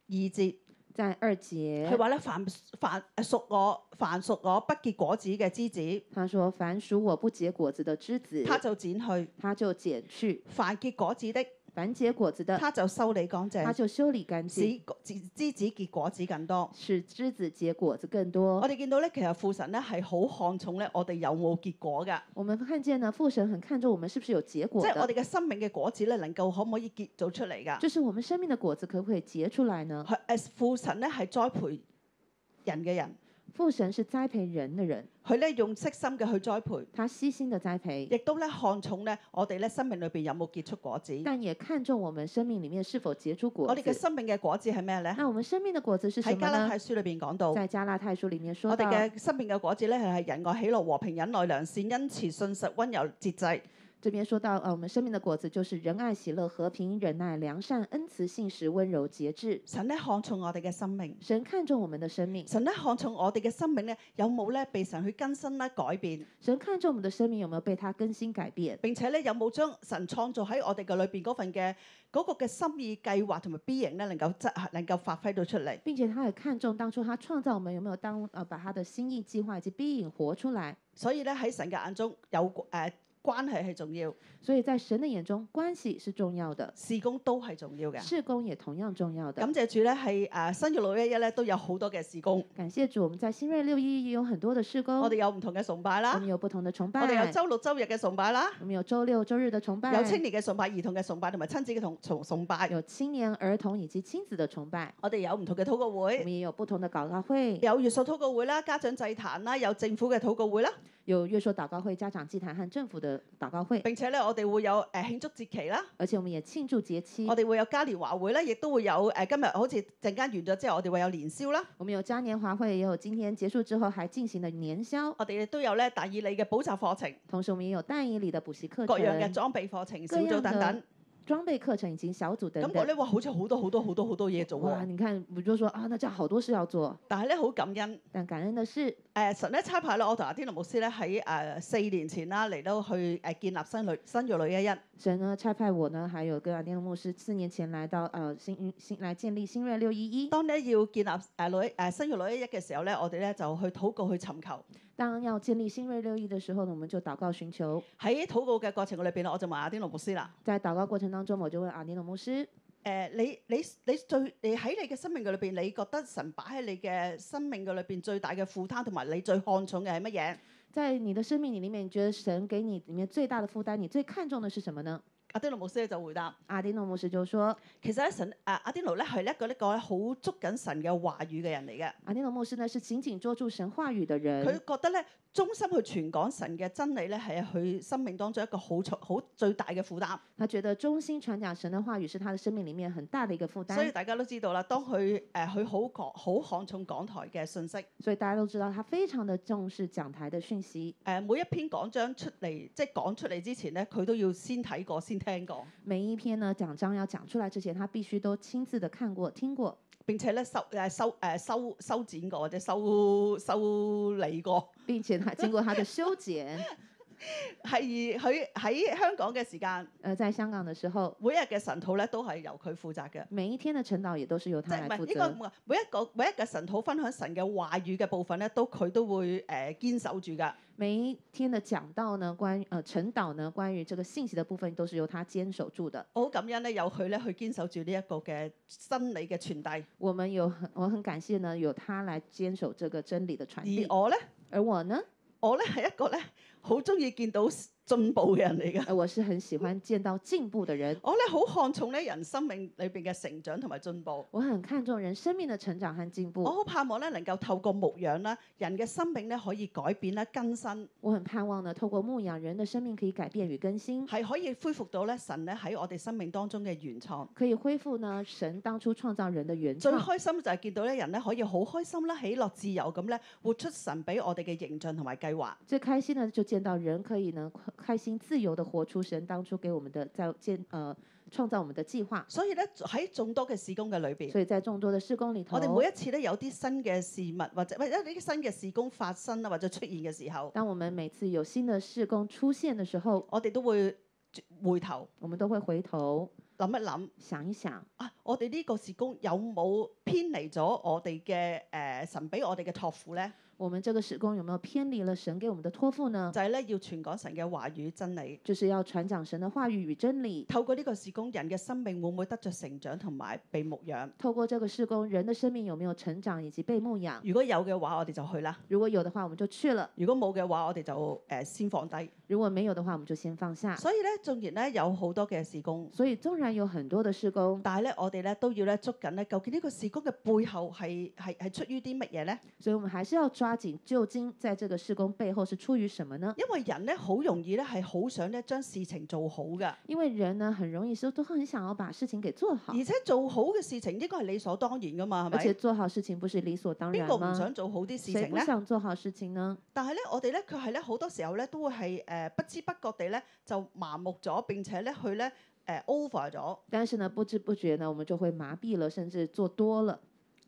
Speaker 1: 第
Speaker 2: 在二
Speaker 1: 二
Speaker 2: 節
Speaker 1: 節，佢話咧凡凡屬我凡屬我不結果子嘅枝子，
Speaker 2: 他说：“凡属我不结果子的枝子，
Speaker 1: 他就剪去；
Speaker 2: 他就剪去；
Speaker 1: 凡結果子的，
Speaker 2: 凡结果子的，
Speaker 1: 他就修理乾淨
Speaker 2: 他。就哦修理干
Speaker 1: 子
Speaker 2: 净，
Speaker 1: 枝子結果子更多。
Speaker 2: 使枝子结果子更多。
Speaker 1: 我
Speaker 2: 我”
Speaker 1: 哋見到咧，其實父神咧係好看重咧，我哋有冇結果㗎，
Speaker 2: 们看见呢，父神很看重我们是不是有结
Speaker 1: 即
Speaker 2: 果
Speaker 1: 係我
Speaker 2: 的，
Speaker 1: 哋嘅生命嘅果子咧，能夠可唔可以結到出嚟㗎？
Speaker 2: 就是我们嗯生命的果子可不可以结出来呢？
Speaker 1: 佢誒父神咧係栽培人嘅人，
Speaker 2: 父神是栽培人的人，
Speaker 1: 佢咧用悉心嘅去栽培，
Speaker 2: 他悉心的栽培，
Speaker 1: 亦都咧看重咧我哋咧生命裏邊有冇結出果子。
Speaker 2: 但也看重我们生命里面是否结出果
Speaker 1: 我哋嘅
Speaker 2: 子。
Speaker 1: 生命嘅果子係咩咧？
Speaker 2: 那我们生命的果子是什
Speaker 1: 喺
Speaker 2: 么
Speaker 1: 加拉
Speaker 2: 呢？
Speaker 1: 太書裏邊講到，
Speaker 2: 在加拉太书里面说
Speaker 1: 我哋
Speaker 2: 到，
Speaker 1: 嘅生命嘅果子咧係係仁愛、喜樂、和平、忍耐、良善、恩慈、信實、温柔、節制。
Speaker 2: 这边说到，呃，我们生命的果子就是仁爱、喜乐、和平、忍耐、良善、恩慈、信实、温柔、节制。
Speaker 1: 神咧看重我哋嘅生命，
Speaker 2: 神看重我们的生命，
Speaker 1: 神咧看重我哋嘅生命咧有冇咧被神去更新啦、改變，
Speaker 2: 神看重我们的生命有没有被他更新改变，
Speaker 1: 並且咧有冇將神創造喺我哋嘅裏邊嗰份嘅嗰、個嘅心意、計劃同埋 B 型咧能夠執行能夠發揮到出嚟。
Speaker 2: 并且他也看重当初他创造我们有没有当呃把他的心意、计划以及必引活出来。
Speaker 1: 所以咧喺神嘅眼中有誒、呃、關係係重要，
Speaker 2: 所以在神的眼中，关系是重要的，
Speaker 1: 事工都係重要嘅。
Speaker 2: 事工也同样重要的
Speaker 1: 啊感。謝主咧係誒新月六一一咧都有好多嘅事工，
Speaker 2: 感谢主，我们在新锐六一也有很多的事工，
Speaker 1: 我哋有唔同嘅崇拜
Speaker 2: 我
Speaker 1: 啦
Speaker 2: 们，有不同的哦崇
Speaker 1: 我
Speaker 2: 拜，
Speaker 1: 哋有周六周日嘅崇拜啦，
Speaker 2: 我们有周六周日的崇拜，嗯
Speaker 1: 有青年嘅崇拜、兒童嘅崇拜同埋親子嘅同崇崇拜，
Speaker 2: 有青年、儿童以及亲子的崇拜，
Speaker 1: 我哋有唔同嘅禱告
Speaker 2: 我
Speaker 1: 會，
Speaker 2: 们也有不同的祷告会，
Speaker 1: 有月數禱告會啦、家長祭壇啦，有政府嘅禱告會啦。
Speaker 2: 有月说祷告会、家长祭坛和政府的祷告会，
Speaker 1: 並且咧我哋會有誒、呃、慶祝節期啦，
Speaker 2: 而且我们也庆祝节期
Speaker 1: 我，哋會有嘉年華會啦，亦都會有誒、呃今日好似陣間完咗之後，我哋會有年宵啦，
Speaker 2: 我们有嘉年华会，也有今天结束之后还进行的年宵，
Speaker 1: 我哋亦都有咧大以理嘅補習課程。
Speaker 2: 同时我们也有但以理的补习课
Speaker 1: 各樣嘅
Speaker 2: 程、
Speaker 1: 裝備課程、
Speaker 2: 各
Speaker 1: 小組
Speaker 2: 樣
Speaker 1: 等
Speaker 2: 嘅
Speaker 1: 等。
Speaker 2: 装备课程以及小组啊等
Speaker 1: 咁我
Speaker 2: 等。
Speaker 1: 咧哇，好似好多好多好多好多嘢做
Speaker 2: 哇，
Speaker 1: 喎。
Speaker 2: 你看，我就说啊，那这样好多事要做，
Speaker 1: 但係咧好感恩，誒、
Speaker 2: 但感恩的是，
Speaker 1: 呃神咧差派咧，我同阿天龍牧師咧喺誒四年前啦嚟到去誒、呃建立新女新約女一一。
Speaker 2: 神呢差派我呢，还有跟阿丁的牧师四年前来到呃新新来建立新锐六一一。
Speaker 1: 當咧要建立誒、呃女誒、呃新約女一一嘅時候咧，我哋咧就去禱告去尋求。
Speaker 2: 当要建立新锐六一的时候呢，我们就祷告寻求。
Speaker 1: 喺禱告嘅過程裏邊咧，我就問阿天龍牧師啦。
Speaker 2: 在祷告过程当中，我就问阿丁的牧师，
Speaker 1: 誒、你你你最你喺你嘅生命嘅裏邊，你覺得神擺喺你嘅生命嘅裏邊最大嘅負擔同埋你最看重嘅係乜嘢？
Speaker 2: 在你的生命里面，你觉得神给你里面最大的负担，你最看重的是什么呢？
Speaker 1: 阿天龍牧師咧就回答。
Speaker 2: 阿丁的牧师就说，
Speaker 1: 其實咧神誒阿天奴咧係一個呢個好捉緊神嘅話語嘅人嚟嘅，
Speaker 2: 阿丁的牧师呢是紧紧捉住神话语的
Speaker 1: 佢
Speaker 2: 人，
Speaker 1: 覺得咧忠心去傳講神嘅真理咧係佢生命當中一個好重好最大嘅負擔，
Speaker 2: 他觉得忠心传讲神的话语是他的生命里面很大的一个负
Speaker 1: 所以
Speaker 2: 担。
Speaker 1: 大家都知道啦，當佢誒佢好講好看重港台嘅信息，誒、
Speaker 2: 所以大家都知道，他非常的重视讲台的讯息，
Speaker 1: 每一篇講章出嚟即係講出嚟之前咧，佢都要先睇過先聽過，
Speaker 2: 每一篇呢讲章要讲出来之前，他必须都亲自的看过、听过，
Speaker 1: 並且咧收誒收誒修修剪過或者修修理過，
Speaker 2: 并且他经过他的 修剪。
Speaker 1: 係佢喺香港嘅時間，
Speaker 2: 呃，在香港的时候，
Speaker 1: 每一日嘅神土咧都係由佢負責嘅。
Speaker 2: 每一天的晨祷也都是由
Speaker 1: 即
Speaker 2: 他
Speaker 1: 係唔係
Speaker 2: 来负
Speaker 1: 應該
Speaker 2: 责
Speaker 1: 咁。講？每一個每一個神土分享神嘅話語嘅部分咧，都佢都會誒、呃堅守住㗎。
Speaker 2: 每一天的讲道呢，关于呃晨祷呢，关于这个信息的部分都是由他坚守住的。
Speaker 1: 我好感恩咧，有佢咧去堅守住呢一個嘅真理嘅傳遞，
Speaker 2: 我们有很我很感谢呢，有他来坚守这个真理的传递。
Speaker 1: 而我咧，
Speaker 2: 而我呢，
Speaker 1: 我咧係一個咧好中意見到進步嘅人嚟㗎。
Speaker 2: 呃，我是很喜欢见到进步的人，
Speaker 1: 我咧好看重咧人生命裏邊嘅成長同埋進步。
Speaker 2: 我很看重人生命的成长和进
Speaker 1: 我
Speaker 2: 步。
Speaker 1: 好盼望咧能夠透過牧養啦，人嘅生命咧可以改變啦、更新，
Speaker 2: 我很盼望呢，透过牧养人的生命可以改变与更新。
Speaker 1: 係可以恢復到咧神咧喺我哋生命當中嘅原創。
Speaker 2: 可以恢复呢神当初创造人的原
Speaker 1: 最
Speaker 2: 创。
Speaker 1: 開心就係見到咧人咧可以好開心啦、喜樂自由咁咧，活出神俾我哋嘅形象同埋計劃。
Speaker 2: 最开心的就见到人可以呢快开心自由的活出神当初给我们的在建呃创造我们的计划。
Speaker 1: 所以咧喺眾多嘅事工嘅裏邊，
Speaker 2: 所以在众多的事工里头
Speaker 1: 我，哋每一次咧有啲新嘅事物或者或者呢啲新嘅事工發生啊或者出現嘅時候，
Speaker 2: 当我们每次有新的事工出現的时候，
Speaker 1: 我哋都會回頭
Speaker 2: 我们都会回头
Speaker 1: 諗一諗
Speaker 2: 想一想，
Speaker 1: 啊，我哋呢個事工有冇偏離咗我哋嘅誒神俾我哋嘅託付咧？
Speaker 2: 我们这个事工有没有偏离了神给我们的托付呢
Speaker 1: 就？係咧要傳講神嘅話語真理。
Speaker 2: 就是要传讲神的话语与真理。
Speaker 1: 透過呢個事工，人嘅生命會唔會得着成長同埋被牧養？
Speaker 2: 透过这个事工，人的生命有没有成长以及被牧养？
Speaker 1: 如果有嘅話，我哋就去啦。
Speaker 2: 如果有的话，我们就去了；
Speaker 1: 如果冇嘅話，我哋就誒、呃先放低。
Speaker 2: 如果没有的话，我们就先放下。
Speaker 1: 所以咧，縱然咧有好多嘅事工，
Speaker 2: 所以纵然有很多的事工，
Speaker 1: 但係咧我哋哋咧都要咧捉緊咧，究竟呢個事工嘅背後係係係出於啲乜嘢咧？
Speaker 2: 所以我们还是要抓紧，究竟在这个事工背后是出于什么呢？
Speaker 1: 因為人咧好容易咧係好想咧將事情做好㗎，
Speaker 2: 因为人呢，很容易都都很想要把事情给做好，
Speaker 1: 而且做好嘅事情應該係理所當然㗎嘛，
Speaker 2: 而且啊
Speaker 1: 係
Speaker 2: 做好事情不是理所当
Speaker 1: 咪？邊
Speaker 2: 然
Speaker 1: 個唔
Speaker 2: 吗？
Speaker 1: 想做好啲事
Speaker 2: 谁
Speaker 1: 情
Speaker 2: 不
Speaker 1: 咧？
Speaker 2: 想做好事情呢？
Speaker 1: 但係咧，我哋咧佢係咧好多時候咧都會係誒、呃不知不覺地咧就麻木咗，並且咧去咧誒呃 over 咗。
Speaker 2: 但是呢，不知不觉呢，我们就会麻痹了，甚至做多了。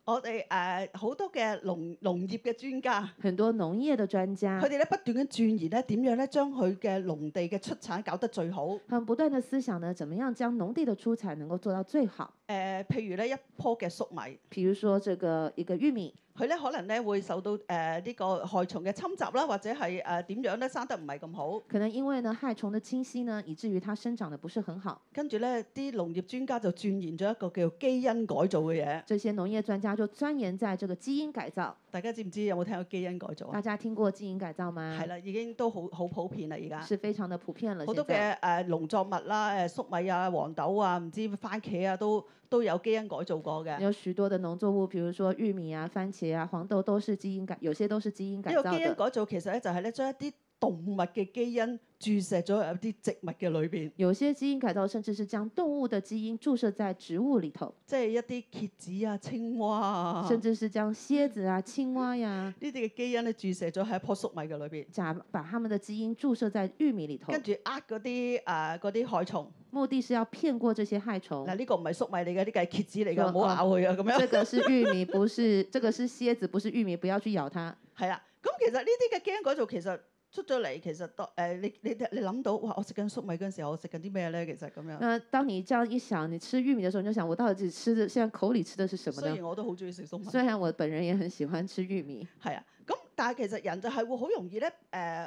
Speaker 1: 我哋誒好多嘅農農業嘅專家，
Speaker 2: 很多農業的專家
Speaker 1: 佢，哋咧不斷咁鑽研咧點樣咧將佢嘅農地嘅出產搞得最好。誒、
Speaker 2: 他们不断的思想呢，怎么样将农地的出产能够做到最好？
Speaker 1: 譬如咧一棵嘅粟米，
Speaker 2: 比如说這個一個玉米，
Speaker 1: 佢咧可能咧會受到誒呢、個害蟲嘅侵襲啦，或者係誒點樣咧生得唔係咁好，
Speaker 2: 可能因為呢害蟲的侵襲呢，以至於它生長的不是很好。
Speaker 1: 跟住咧啲農業專家就鑽研咗一個叫基因改造嘅嘢。
Speaker 2: 這些農業專家就鑽研在這個基因改造。
Speaker 1: 大家知唔知有冇聽過基因改造啊？
Speaker 2: 大家聽過基因改造嗎
Speaker 1: 係？啦，已經都好好普遍啦，而家
Speaker 2: 啊是非常的普遍了。
Speaker 1: 好多
Speaker 2: 現在
Speaker 1: 嘅誒農作物啦、誒粟米啊、黃豆啊、唔知番茄啊，都都有基因改造過嘅。
Speaker 2: 有許多的農作物，比如說玉米啊、番茄啊、黃豆，都是基因改，有些都是基因改
Speaker 1: 呢個
Speaker 2: 造
Speaker 1: 基因
Speaker 2: 的。
Speaker 1: 改造其實咧就係咧將一啲動物嘅基因注射咗入啲植物嘅裏邊，
Speaker 2: 有些基因改造甚至是將動物的基因注射在植物裡頭，
Speaker 1: 即係一啲蠍子啊、青蛙啊
Speaker 2: 甚至是將蝎子啊、青蛙呀、
Speaker 1: 呢啲嘅基因咧注射咗喺一樖粟米嘅裏邊，
Speaker 2: 假把它們的基因注射在玉米裡頭
Speaker 1: 跟，住呃嗰啲誒嗰啲害蟲。
Speaker 2: 目的是要騙過這些害蟲
Speaker 1: 嗱。呢個唔係粟米嚟嘅，呢個係蠍子嚟嘅，
Speaker 2: 哦
Speaker 1: 唔好咬佢啊咁樣。
Speaker 2: 这个是玉米，不是这个是蝎子，不是玉米，不要去咬它。
Speaker 1: 係啦，咁其實呢啲嘅基因改造其實出咗嚟，其實當誒、你你你諗到哇，我食緊粟米嗰陣時候，我食緊啲咩咧？其實咁樣。
Speaker 2: 那當你這樣一想，你吃玉米的時候，你就想我到底吃的现在口裡吃的是什麼
Speaker 1: 雖
Speaker 2: 呢？
Speaker 1: 然我都好中意食粟米，
Speaker 2: 雖然我本人也很喜歡吃玉米，
Speaker 1: 係啊，咁但係其實人就係會好容易咧誒、呃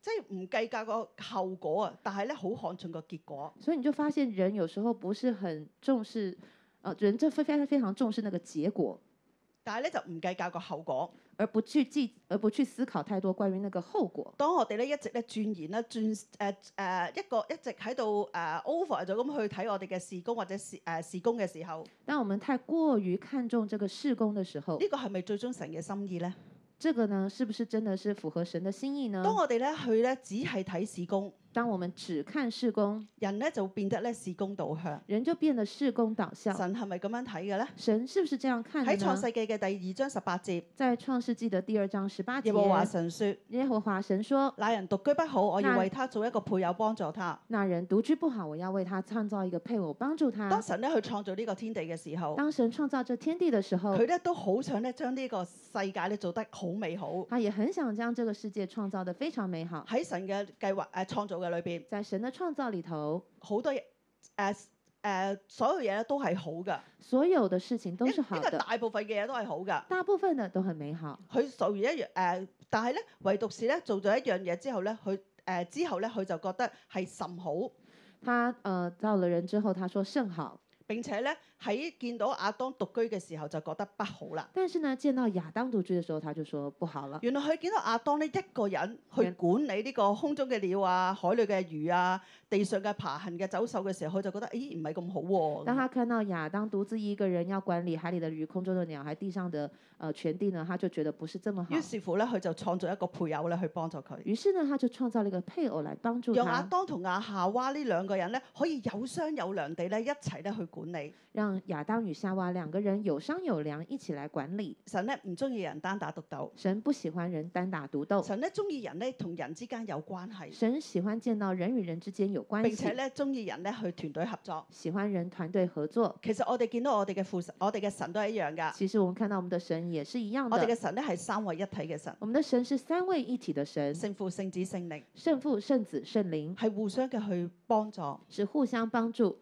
Speaker 1: 即係唔計較個後果啊，但係咧好看重個結果。
Speaker 2: 所以你就發現人有時候不是很重視，呃，人就非非常非常重視那個結果，
Speaker 1: 但係咧就唔計較個後果。
Speaker 2: 而不去記，而不去思考太多關於那個後果。
Speaker 1: 當我哋咧一直咧鑽研啦、鑽誒誒一個一直喺度誒 over 咗咁去睇我哋嘅事工或者事誒、事工嘅時候，呢、
Speaker 2: 當我們太過於看重這個事工的時候，
Speaker 1: 個係咪最終神嘅心意咧？
Speaker 2: 這個呢，是不是真的是符合神的心意呢
Speaker 1: 當？我哋咧去咧只係睇事工，
Speaker 2: 當我們只看事工，
Speaker 1: 人咧就變得咧事工導向。
Speaker 2: 人就變得事工導向。
Speaker 1: 神係咪咁樣睇嘅咧？
Speaker 2: 神是不是這樣看的
Speaker 1: 喺創
Speaker 2: 呢
Speaker 1: 世？記嘅第二章十八節，
Speaker 2: 在创世纪的第二章十八节
Speaker 1: 耶，和華神說：
Speaker 2: 耶和華神說
Speaker 1: 那人獨居不好，我要
Speaker 2: 那
Speaker 1: 為他做一個配偶幫助他。：“
Speaker 2: 那人獨居不好，我要為他創造一個配偶幫助他
Speaker 1: 當。神咧去創造呢個天地嘅時”候，
Speaker 2: 當神創造这天地的時候
Speaker 1: 佢，咧都好想咧將呢個世界咧做得好美好。
Speaker 2: 他也很想將這個世界創造得非常美好。
Speaker 1: 喺神嘅計劃誒創造嘅裏邊，
Speaker 2: 在神的創造裡頭，
Speaker 1: 好多嘢誒誒所有嘢咧都係好嘅，
Speaker 2: 所有的事情都
Speaker 1: 一
Speaker 2: 是好
Speaker 1: 一個
Speaker 2: 的，
Speaker 1: 大部分嘅嘢都係好嘅。
Speaker 2: 大部分的都很美好。
Speaker 1: 佢做完一樣誒、呃但係咧唯獨是咧做咗一樣嘢之後咧，佢誒、呃之後咧佢就覺得係甚好。
Speaker 2: 他呃造了人之後，他說甚好，
Speaker 1: 並且咧喺見到亞當獨居嘅時候就覺得不好啦。
Speaker 2: 但是呢，見到亞當獨居的時候，他就說不好了。
Speaker 1: 原來佢見到亞當呢一個人去
Speaker 2: 原
Speaker 1: 管理呢個空中嘅鳥啊、海裏嘅魚啊、地上嘅爬行嘅走獸嘅時候，佢就覺得咦唔係咁好喎、
Speaker 2: 當他看到亞當獨自一個人要管理海裡的魚、空中的鳥、還地上的呃全地呢，他就覺得不是這麼好
Speaker 1: 於。是乎咧，佢就創造一個配偶咧去幫助佢，
Speaker 2: 於是呢，他就創造了一個配偶來幫助
Speaker 1: 讓亞
Speaker 2: 他，
Speaker 1: 當同亞夏娃呢兩個人咧可以有商有量地咧一齊咧去管理。
Speaker 2: 讓亞當與夏娃兩個人有商有量，一起來管理。
Speaker 1: 神咧唔中意人單打獨鬥，
Speaker 2: 神不喜歡人單打獨鬥，
Speaker 1: 神咧中意人咧同人之間有關係，
Speaker 2: 神喜歡見到人與人之間有關
Speaker 1: 並且
Speaker 2: 係，
Speaker 1: 咧中意人咧去團隊合作。
Speaker 2: 喜歡人團隊合作。
Speaker 1: 其實我哋見到我哋嘅父神，我哋嘅神都係一樣㗎。
Speaker 2: 其實我們看到我們的神也是一樣
Speaker 1: 我哋嘅
Speaker 2: 的，
Speaker 1: 神咧係三位一體嘅神，
Speaker 2: 我們的神是三位一體的神，
Speaker 1: 聖父、聖子、聖靈
Speaker 2: 聖父、聖子、聖靈
Speaker 1: 係互相嘅去幫助。誒、
Speaker 2: 是互相幫助，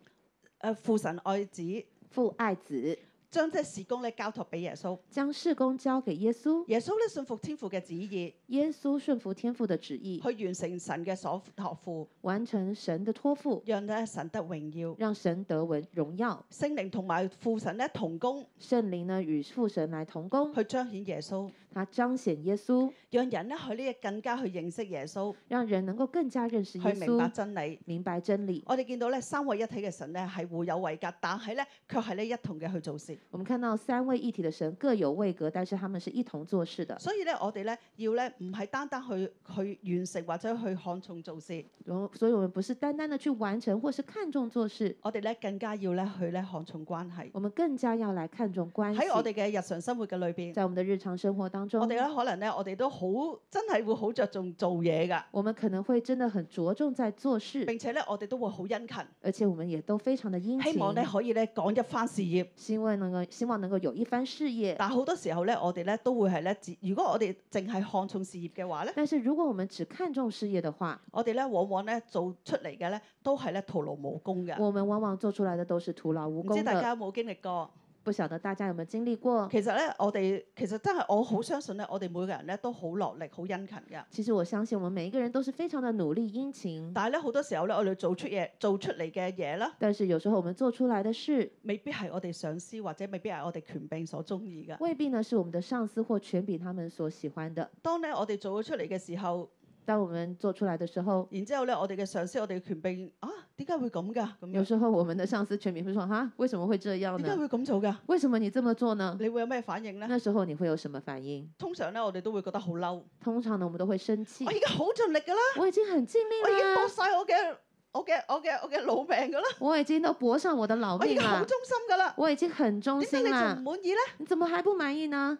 Speaker 1: 父神愛子，
Speaker 2: 父愛子，
Speaker 1: 將即係事工咧交託俾耶穌。
Speaker 2: 將事工交給耶穌，
Speaker 1: 耶穌咧信服天父嘅旨意，
Speaker 2: 耶穌順服天父的旨意，
Speaker 1: 去完成神嘅所託付，
Speaker 2: 完成神的托付，
Speaker 1: 讓咧神得榮耀。
Speaker 2: 讓神得榮榮耀。
Speaker 1: 聖靈同埋父神咧同工，
Speaker 2: 聖靈呢與父神來同工，
Speaker 1: 去彰顯耶穌。
Speaker 2: 他彰显耶稣，
Speaker 1: 讓人咧去呢更加去認識耶穌，
Speaker 2: 让人能够更加认识
Speaker 1: 去
Speaker 2: 耶
Speaker 1: 明白
Speaker 2: 稣，
Speaker 1: 真理。
Speaker 2: 明白真理。
Speaker 1: 我哋見到咧三位一體嘅神咧係互有為隔，但係咧卻係咧一同嘅去做事。
Speaker 2: 我们看到三位一体的神各有位格，但是他们是一同做事的。
Speaker 1: 所以咧，我哋咧要咧唔係單單去去完成或者去看重做事，
Speaker 2: 然后，所以我们不是单单的去完成或是看重做事，
Speaker 1: 我哋咧更加要咧去咧看重關係。
Speaker 2: 我们更加要来看重关系。
Speaker 1: 喺我哋嘅日常生活嘅裏邊，
Speaker 2: 在我们的日常生活当中，
Speaker 1: 我哋咧可能咧我哋都好真係會好着重做嘢㗎，
Speaker 2: 我们可能会真的很着重在做事，
Speaker 1: 並且咧我哋都會好殷勤，
Speaker 2: 而且我们也都非常的殷勤，
Speaker 1: 希望咧可以咧講一番事業。
Speaker 2: 希望能够希望能够有一番事业。
Speaker 1: 但好多時候咧，我哋咧都會係咧，只如果我哋淨係看重事業嘅話咧，
Speaker 2: 但是如果我们只看重事业的话，
Speaker 1: 我哋咧往往咧做出嚟嘅咧都係咧徒勞無功嘅。
Speaker 2: 我们往往做出来的都是徒劳无
Speaker 1: 唔知
Speaker 2: 功
Speaker 1: 大
Speaker 2: 的。
Speaker 1: 家有冇經歷過？
Speaker 2: 不晓得大家有没有经历过？
Speaker 1: 其實咧，我哋其實真係我好相信咧，我哋每個人咧都好落力、好殷勤嘅。
Speaker 2: 其实我相信我们每一个人都是非常的努力殷勤，
Speaker 1: 但係咧好多時候咧，我哋做出嘢、做出嚟嘅嘢啦，
Speaker 2: 但是有时候我们做出来的事，
Speaker 1: 未必係我哋上司或者未必係我哋權柄所中意嘅。
Speaker 2: 未必呢是我们的上司或权柄他们所喜欢的。
Speaker 1: 當咧我哋做咗出嚟嘅時候，
Speaker 2: 当我们做出来的时候，
Speaker 1: 然之後咧我哋嘅上司、我哋嘅權柄啊，點解會咁㗎？咁
Speaker 2: 有
Speaker 1: 樣
Speaker 2: 时候我们的上司权柄会说：“哈，为什么会这样
Speaker 1: 點解
Speaker 2: 呢？
Speaker 1: 會咁做㗎？
Speaker 2: 为什么你这么做呢
Speaker 1: 你會有咩反應？”咧？
Speaker 2: 那时候你会有什么反应？
Speaker 1: 通常咧我哋都會覺得好嬲。
Speaker 2: 通常呢，我们都会生气
Speaker 1: 我。已經好盡力㗎啦，
Speaker 2: 我已经很尽力
Speaker 1: 我已經
Speaker 2: 啦
Speaker 1: 搏，晒我嘅我嘅我嘅我嘅老命㗎啦，
Speaker 2: 我已经都搏上我的老
Speaker 1: 哎我已
Speaker 2: 命
Speaker 1: 經好
Speaker 2: 了，
Speaker 1: 忠心㗎啦，
Speaker 2: 我已经很忠
Speaker 1: 點解你
Speaker 2: 心
Speaker 1: 仲唔
Speaker 2: 啦，
Speaker 1: 滿意咧？
Speaker 2: 你怎么还不满意呢？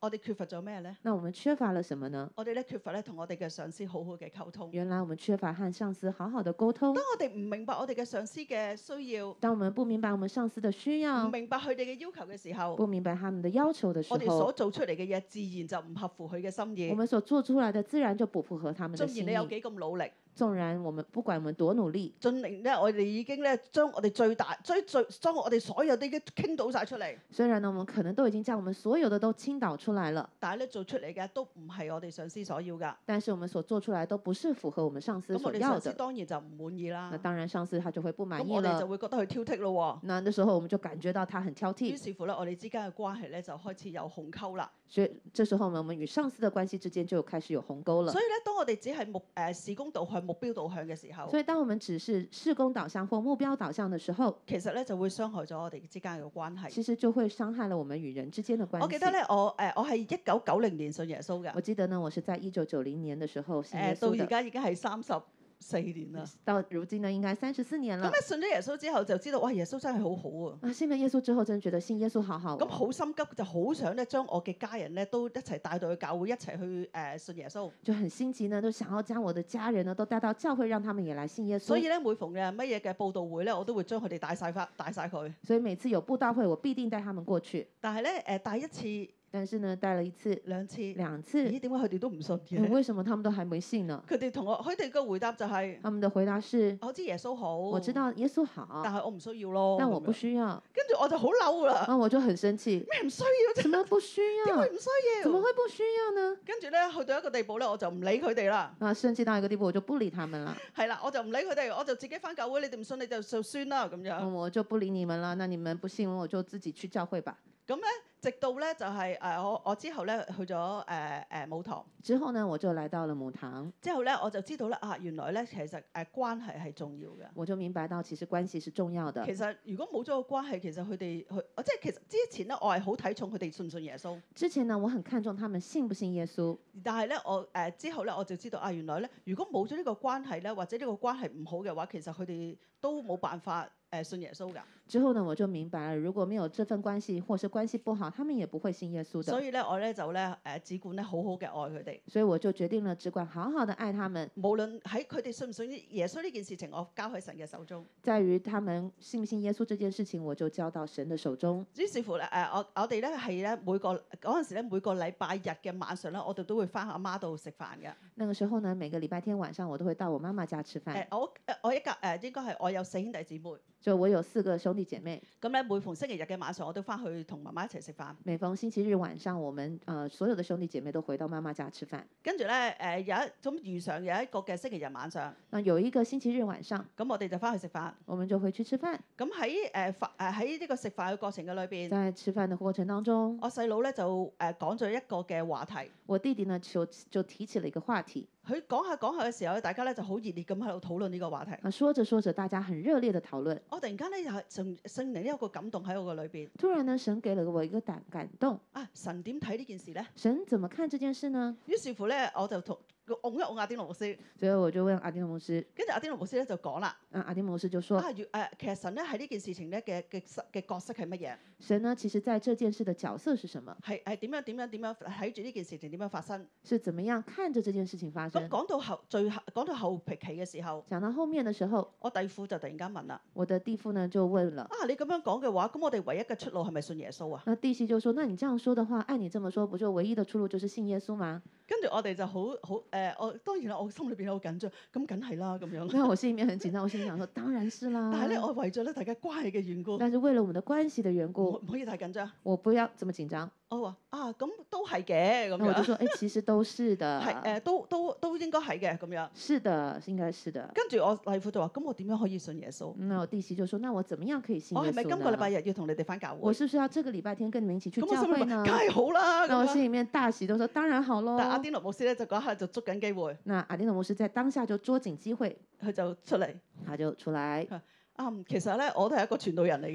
Speaker 1: 我哋缺乏咗咩咧？
Speaker 2: 那我们缺乏了什么呢？
Speaker 1: 我哋咧缺乏咧同我哋嘅上司好好嘅溝通。
Speaker 2: 原来我们缺乏和上司好好的沟通。
Speaker 1: 當我哋唔明白我哋嘅上司嘅需要，
Speaker 2: 当我们不明白我们上司的需
Speaker 1: 唔
Speaker 2: 要，
Speaker 1: 明白佢哋嘅要求嘅時候，
Speaker 2: 不明白他们的要求的时
Speaker 1: 我哋所
Speaker 2: 候，
Speaker 1: 做出嚟嘅嘢自然就唔合乎佢嘅心
Speaker 2: 我
Speaker 1: 意。
Speaker 2: 们所做出来的自然就不符合他们
Speaker 1: 縱
Speaker 2: 的
Speaker 1: 然
Speaker 2: 心
Speaker 1: 你有
Speaker 2: 意。
Speaker 1: 幾咁努力，
Speaker 2: 纵然我们不管我们多努力，
Speaker 1: 盡力咧，我哋已經咧將我哋最大、最最將我哋所有啲嘅傾倒晒出嚟，
Speaker 2: 虽然呢我们可能都已经将我们所有的都倾倒出来了，
Speaker 1: 但係咧做出嚟嘅都唔係我哋上司所要㗎。
Speaker 2: 但是我们所做出来都不是符合我们上司
Speaker 1: 咁
Speaker 2: 所
Speaker 1: 我哋上
Speaker 2: 要
Speaker 1: 司
Speaker 2: 的。
Speaker 1: 當然就唔滿意啦
Speaker 2: 那。当然，上司他就会不满
Speaker 1: 咁
Speaker 2: 意
Speaker 1: 我哋就
Speaker 2: 了。
Speaker 1: 會覺得佢挑剔咯
Speaker 2: 那那时候我们就感觉到他很挑
Speaker 1: 喎。於
Speaker 2: 剔，
Speaker 1: 是乎咧，我哋之間嘅關係咧就開始有鴻溝啦。
Speaker 2: 所以这时候呢，我们与上司的关系之间就开始有鸿沟了
Speaker 1: 所。以咧，當我哋只係目誒事工導向、目標導向嘅時候
Speaker 2: 所，以，当我们只是事工导向或目标导向的时候，
Speaker 1: 其實咧就會傷害咗我哋之間嘅關係。
Speaker 2: 其实就会伤害了我们与人之间的关系。
Speaker 1: 我記得咧，我誒我係一九九零年信耶穌嘅
Speaker 2: 我，記得呢，我是在一九九零年的时候信耶
Speaker 1: 誒到
Speaker 2: 稣
Speaker 1: 而
Speaker 2: 的，
Speaker 1: 哎家已經係三十四年啦。
Speaker 2: 到如今呢，应该三十四年
Speaker 1: 咁
Speaker 2: 了。
Speaker 1: 咧信咗耶穌之後，就知道哇，耶穌真係好好啊！
Speaker 2: 啊，信了耶稣之后，真的覺得信耶稣好好
Speaker 1: 咁
Speaker 2: 哦。
Speaker 1: 好心急，就好想咧將我嘅家人咧都一齊帶到去教會，一齊去誒信耶穌。
Speaker 2: 就很心急呢，都想要将我的家人呢都帶到教会，让他们也来信耶稣。
Speaker 1: 所以咧，每逢嘅乜嘢嘅報道會咧，我都會將佢哋帶晒翻，帶晒佢。
Speaker 2: 所以每次有布道会，我必定带他们过去。
Speaker 1: 但係咧，誒、帶一次、
Speaker 2: 但是呢，帶了一次、
Speaker 1: 兩次，咦？
Speaker 2: 兩次，
Speaker 1: 點解佢哋都唔信
Speaker 2: 嗯
Speaker 1: 嘅？
Speaker 2: 为什么他们都還沒信呢？
Speaker 1: 佢哋同我，佢哋嘅回答就係、
Speaker 2: 他们的回答是：
Speaker 1: 我知耶穌好，
Speaker 2: 我
Speaker 1: 我
Speaker 2: 知，道耶穌好
Speaker 1: 但，係我唔需要咯。
Speaker 2: 但我
Speaker 1: 咁
Speaker 2: 不
Speaker 1: 樣
Speaker 2: 需要。
Speaker 1: 跟住我就好嬲啦，
Speaker 2: 啊，我就很生 氣，
Speaker 1: 咩唔需要啫？
Speaker 2: 什麼不需
Speaker 1: 點
Speaker 2: 要
Speaker 1: 會？唔需
Speaker 2: 怎麼
Speaker 1: 要？
Speaker 2: 會不需要呢？
Speaker 1: 跟住咧，去到一個地步咧，我就唔理佢哋啦。
Speaker 2: 啊，生氣到一個地步，我就不理他們 了，
Speaker 1: 係啦，我就唔理佢哋，我就自己翻教會。你哋唔信你就就算啦咁樣。
Speaker 2: 嗯我就不理你們了。那你們不信我，就自己去教會吧。
Speaker 1: 直到咧就係、誒我我之後咧去咗誒誒舞堂。
Speaker 2: 之後呢，我就來到了母堂，
Speaker 1: 之後咧，我就知道咧啊，原來咧其實誒、關係係重要嘅。
Speaker 2: 我就明白到其實關係是重要的。
Speaker 1: 其實如果冇咗個關係，其實佢哋佢，我即係其實之前咧，我係好睇重佢哋信唔信耶穌。
Speaker 2: 之前呢，我很看重他們信不信耶穌，
Speaker 1: 但係咧，我誒、呃之後咧，我就知道啊，原來咧，如果冇咗呢個關係咧，或者呢個關係唔好嘅話，其實佢哋都冇辦法誒、呃信耶穌㗎。
Speaker 2: 之後呢，我就明白了，如果沒有這份關係，或是關係不好，他們也不會信耶穌
Speaker 1: 所
Speaker 2: 的。
Speaker 1: 以咧，我咧就咧誒只管咧好好嘅愛佢哋，
Speaker 2: 所以我就決定了，只管好好的愛他們。
Speaker 1: 無論喺佢哋信唔信耶穌呢件事情，我交喺神嘅手中。
Speaker 2: 在于他们信不信耶穌这件事情，我就交到神的手中。
Speaker 1: 於是乎咧，誒、呃我我哋咧係咧每個嗰陣時咧每個禮拜日嘅晚上咧，我哋都會翻阿媽度食飯嘅。誒、
Speaker 2: 那個時候
Speaker 1: 哎呃
Speaker 2: 呢，每個禮拜天晚上我都會到我媽媽家吃飯。
Speaker 1: 我我一家誒、應該係我有四兄弟姊妹，
Speaker 2: 就我有四个兄弟姐妹，
Speaker 1: 咁咧每逢星期日嘅晚上，我都翻去同媽媽一齊食飯。
Speaker 2: 每逢星期日晚上，我们呃所有的兄弟姐妹都回到妈妈家吃饭。
Speaker 1: 跟住咧誒有一咁遇上有一個嘅星期日晚上，
Speaker 2: 那有一个星期日晚上，
Speaker 1: 咁我哋就翻去食飯。
Speaker 2: 我们就回去吃饭。
Speaker 1: 咁喺誒飯誒喺呢個食飯嘅過程嘅裏邊，
Speaker 2: 在吃饭的过程当中，
Speaker 1: 我細佬咧就誒講咗一個嘅話題。
Speaker 2: 我弟弟呢就就提起了一个话題。
Speaker 1: 佢講下講下嘅時候咧，大家咧就好熱烈咁喺度討論呢個話題。
Speaker 2: 啊，说着说着，大家很熱烈的討論。
Speaker 1: 我突然間咧又係聖聖靈呢有一個感動喺我嘅裏邊。
Speaker 2: 突然呢，神給了我一個感感動，
Speaker 1: 啊，神點睇呢件事咧？
Speaker 2: 神怎麼看這件事呢？
Speaker 1: 於是乎咧，我就同拱一拱阿丁老師，
Speaker 2: 所以我就問阿丁牧師，
Speaker 1: 跟住阿丁老師咧就講啦。
Speaker 2: 啊，阿丁牧師就說，
Speaker 1: 啊，如誒、其實神咧喺呢件事情咧嘅嘅嘅角色係乜嘢？
Speaker 2: 神呢，其實在這件事的角色是什麼？
Speaker 1: 係係點樣點樣點樣睇住呢件事情點樣發生？
Speaker 2: 是怎麼樣看着這件事情發
Speaker 1: 咁
Speaker 2: 生？
Speaker 1: 講到後最後講到後期嘅時候，
Speaker 2: 講到後面的時候，
Speaker 1: 我弟父就突然間問啦：
Speaker 2: 我的弟父呢就問了，
Speaker 1: 啊，你咁樣講嘅話，咁我哋唯一嘅出路係咪信耶穌啊？
Speaker 2: 那弟媳就說，那你這樣說的話，按你這麼說，不就唯一的出路就是信耶穌嗎？
Speaker 1: 跟住我哋就好好誒，呃我當然啦，我心裏邊好緊張，咁梗係啦咁樣。
Speaker 2: 那我心裡面很緊張，我心裡想說，當然是啦
Speaker 1: 但。係咧，我為咗咧大家關係嘅緣故，
Speaker 2: 但是為了我們的關係的緣
Speaker 1: 唔
Speaker 2: 故，
Speaker 1: 唔可以太緊張。
Speaker 2: 我不要這麼緊張。
Speaker 1: 我話啊，咁都係嘅咁
Speaker 2: 那我就
Speaker 1: 樣，
Speaker 2: 說，哎，其實都是的，
Speaker 1: 係誒、呃都都都應該係嘅咁樣。
Speaker 2: 是的，應該是的。
Speaker 1: 跟住我弟父就話：咁我點樣可以信耶穌？
Speaker 2: 那我弟媳就說：“那我怎麼樣可以信
Speaker 1: 我
Speaker 2: 耶
Speaker 1: 係
Speaker 2: 穌呢
Speaker 1: 咪？今個禮拜日要同你哋翻教
Speaker 2: 我
Speaker 1: 會？
Speaker 2: 是不是要這個禮拜天跟你們一起去
Speaker 1: 咁
Speaker 2: 教
Speaker 1: 我心
Speaker 2: 會
Speaker 1: 諗
Speaker 2: 呢
Speaker 1: 梗係好？”啦。
Speaker 2: 那我
Speaker 1: 咁樣
Speaker 2: 心裡面大喜，都說：“當然好
Speaker 1: 但阿
Speaker 2: 嘍。
Speaker 1: 丁羅牧師咧就嗰下就捉緊機會，”
Speaker 2: 那阿丁的牧師在當下就捉緊機會，
Speaker 1: 佢就出嚟。
Speaker 2: 他就出 來。
Speaker 1: 啊，嗯其實咧我都係一個傳道人嚟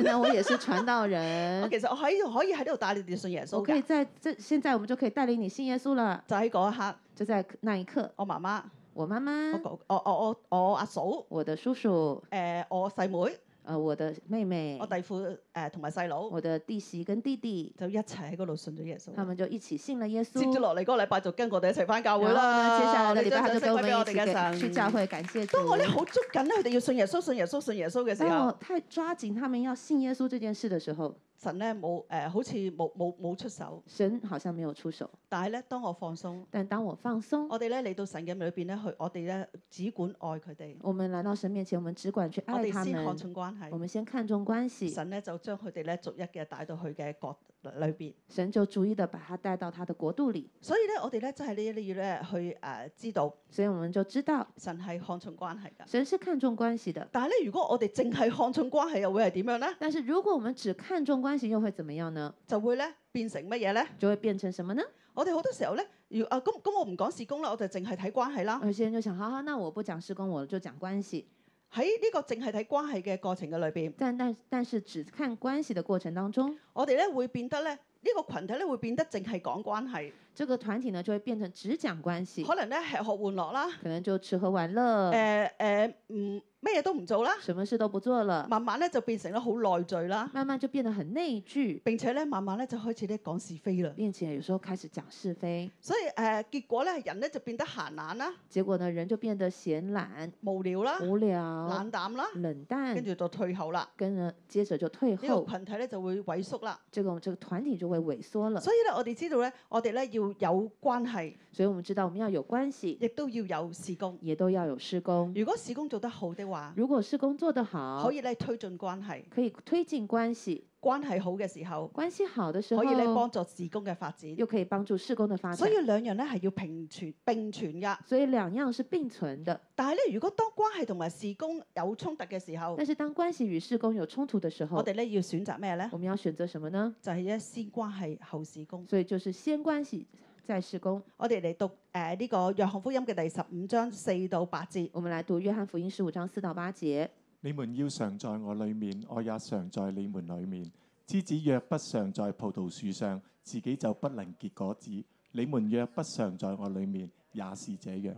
Speaker 1: 嘅。
Speaker 2: 實呢，我也是傳道
Speaker 1: 我
Speaker 2: 人，
Speaker 1: 其實我喺度可以喺度帶你哋信耶穌
Speaker 2: 我可以
Speaker 1: 嘅。
Speaker 2: 在這現在我們就可以帶領你信耶穌了。
Speaker 1: 就喺嗰一刻，
Speaker 2: 就在那一刻，
Speaker 1: 我媽媽、
Speaker 2: 我媽
Speaker 1: 我
Speaker 2: 媽、
Speaker 1: 哥、我我我我阿嫂、誒、
Speaker 2: 我的叔叔、
Speaker 1: 我細妹、
Speaker 2: 呃我的妹妹
Speaker 1: 我、弟父誒同埋細佬
Speaker 2: 我的弟媳跟弟弟，
Speaker 1: 就一齊喺嗰度信咗耶穌。
Speaker 2: 他們就一起信了耶穌
Speaker 1: 接。住落嚟嗰個禮拜就跟我哋一齊翻教會
Speaker 2: 然後
Speaker 1: 啦。
Speaker 2: 呢，接下來的禮拜他
Speaker 1: 你將
Speaker 2: 就跟
Speaker 1: 掌聲俾
Speaker 2: 我
Speaker 1: 我
Speaker 2: 們一
Speaker 1: 哋
Speaker 2: 起
Speaker 1: 嘅
Speaker 2: 給去教
Speaker 1: 神。
Speaker 2: 會感謝
Speaker 1: 當我咧
Speaker 2: 主。
Speaker 1: 好捉緊咧，佢哋要信耶穌、信耶穌、信耶穌嘅時
Speaker 2: 當我
Speaker 1: 候，
Speaker 2: 太抓緊他們要信耶穌這件事的時候，
Speaker 1: 神咧冇誒，好似冇冇冇出手。
Speaker 2: 神好像沒有出手。
Speaker 1: 但係咧，當我放鬆，
Speaker 2: 但當我放鬆，
Speaker 1: 我哋咧嚟到神嘅裏邊咧，去我哋咧只管愛佢哋，
Speaker 2: 我們來到神面前，我們只管去
Speaker 1: 我
Speaker 2: 愛
Speaker 1: 哋
Speaker 2: 他
Speaker 1: 先看
Speaker 2: 們，
Speaker 1: 重關
Speaker 2: 我
Speaker 1: 係。
Speaker 2: 們先看重關係，
Speaker 1: 神咧就將佢哋咧逐一嘅帶到佢嘅國裏邊。
Speaker 2: 神就逐一的把他帶到他的國度裡。
Speaker 1: 所以咧，我哋咧真係呢啲要咧去誒、呃知道
Speaker 2: 所以我們就知道，
Speaker 1: 神係看重關係㗎。
Speaker 2: 神是看重關係的。
Speaker 1: 但係咧，如果我哋淨係看重關係，又會係點樣咧？
Speaker 2: 但是如果我們只看重關係，又會怎麼樣呢？
Speaker 1: 就會咧變成乜嘢咧？
Speaker 2: 就會變成什麼呢？
Speaker 1: 我哋好多時候咧，如啊咁咁，我唔講事工啦，我哋淨係睇關係啦。
Speaker 2: 有些人就想，好好，那我不講事工，我就講關係。
Speaker 1: 喺呢個淨係睇關係嘅過程嘅裏邊，
Speaker 2: 但但但是只看關係的過程當中，
Speaker 1: 我哋咧會變得咧呢、個群體咧會變得淨係講關係，
Speaker 2: 這個團體呢就會變成只講關係，
Speaker 1: 可能咧吃喝玩樂啦，
Speaker 2: 可能就吃喝玩樂，
Speaker 1: 誒誒唔咩嘢都唔做啦，
Speaker 2: 什麼事都不做了，
Speaker 1: 慢慢咧就變成咗好內聚啦，
Speaker 2: 慢慢就變得很內聚。
Speaker 1: 並且咧慢慢咧就開始咧講是非啦。
Speaker 2: 並且有時候開始講是非，
Speaker 1: 所以誒、呃、結果咧人咧就變得閒懶啦、
Speaker 2: 結果呢人就變得顯懶、
Speaker 1: 無聊啦、
Speaker 2: 無聊、
Speaker 1: 冷淡啦，
Speaker 2: 冷
Speaker 1: 啊跟
Speaker 2: 淡，
Speaker 1: 住就退後啦。
Speaker 2: 跟着接着就退
Speaker 1: 呢
Speaker 2: 後
Speaker 1: 個，群體咧就會萎縮啦。
Speaker 2: 這個這個團體就會萎縮了。
Speaker 1: 所以咧我哋知道咧，我哋咧要有關係，
Speaker 2: 所以我們知道我們要有關係，
Speaker 1: 亦都要有事工。
Speaker 2: 也都要有事工。
Speaker 1: 如果事工做得好的話，
Speaker 2: 如果事工做得好
Speaker 1: 可，以咧推進關係，
Speaker 2: 可以推進關係，
Speaker 1: 關係好嘅時候，
Speaker 2: 關係好的時候
Speaker 1: 可以咧幫助事工嘅發展。
Speaker 2: 又可以幫助事工的發
Speaker 1: 所
Speaker 2: 展
Speaker 1: 以。兩樣咧係要平存並存噶。
Speaker 2: 所以兩樣是並存的。
Speaker 1: 但係咧，如果當關係同埋事工有衝突嘅時候
Speaker 2: 但，是當關係與事工有衝哦突的時候
Speaker 1: 我，哋咧要選擇咩咧？
Speaker 2: 我們要選擇什麼呢？
Speaker 1: 就係咧先關係後事工。
Speaker 2: 所以就是先關係再事工。
Speaker 1: 我哋嚟讀誒呢個約翰福音嘅第十五章四到八節。
Speaker 2: 我們來讀約翰福音十五章四到八節。
Speaker 3: 你們要常在我裏面，我也常在你們裏面。枝子若不常在葡萄樹上，自己就不能結果子；你們若不常在我裏面，也是這樣。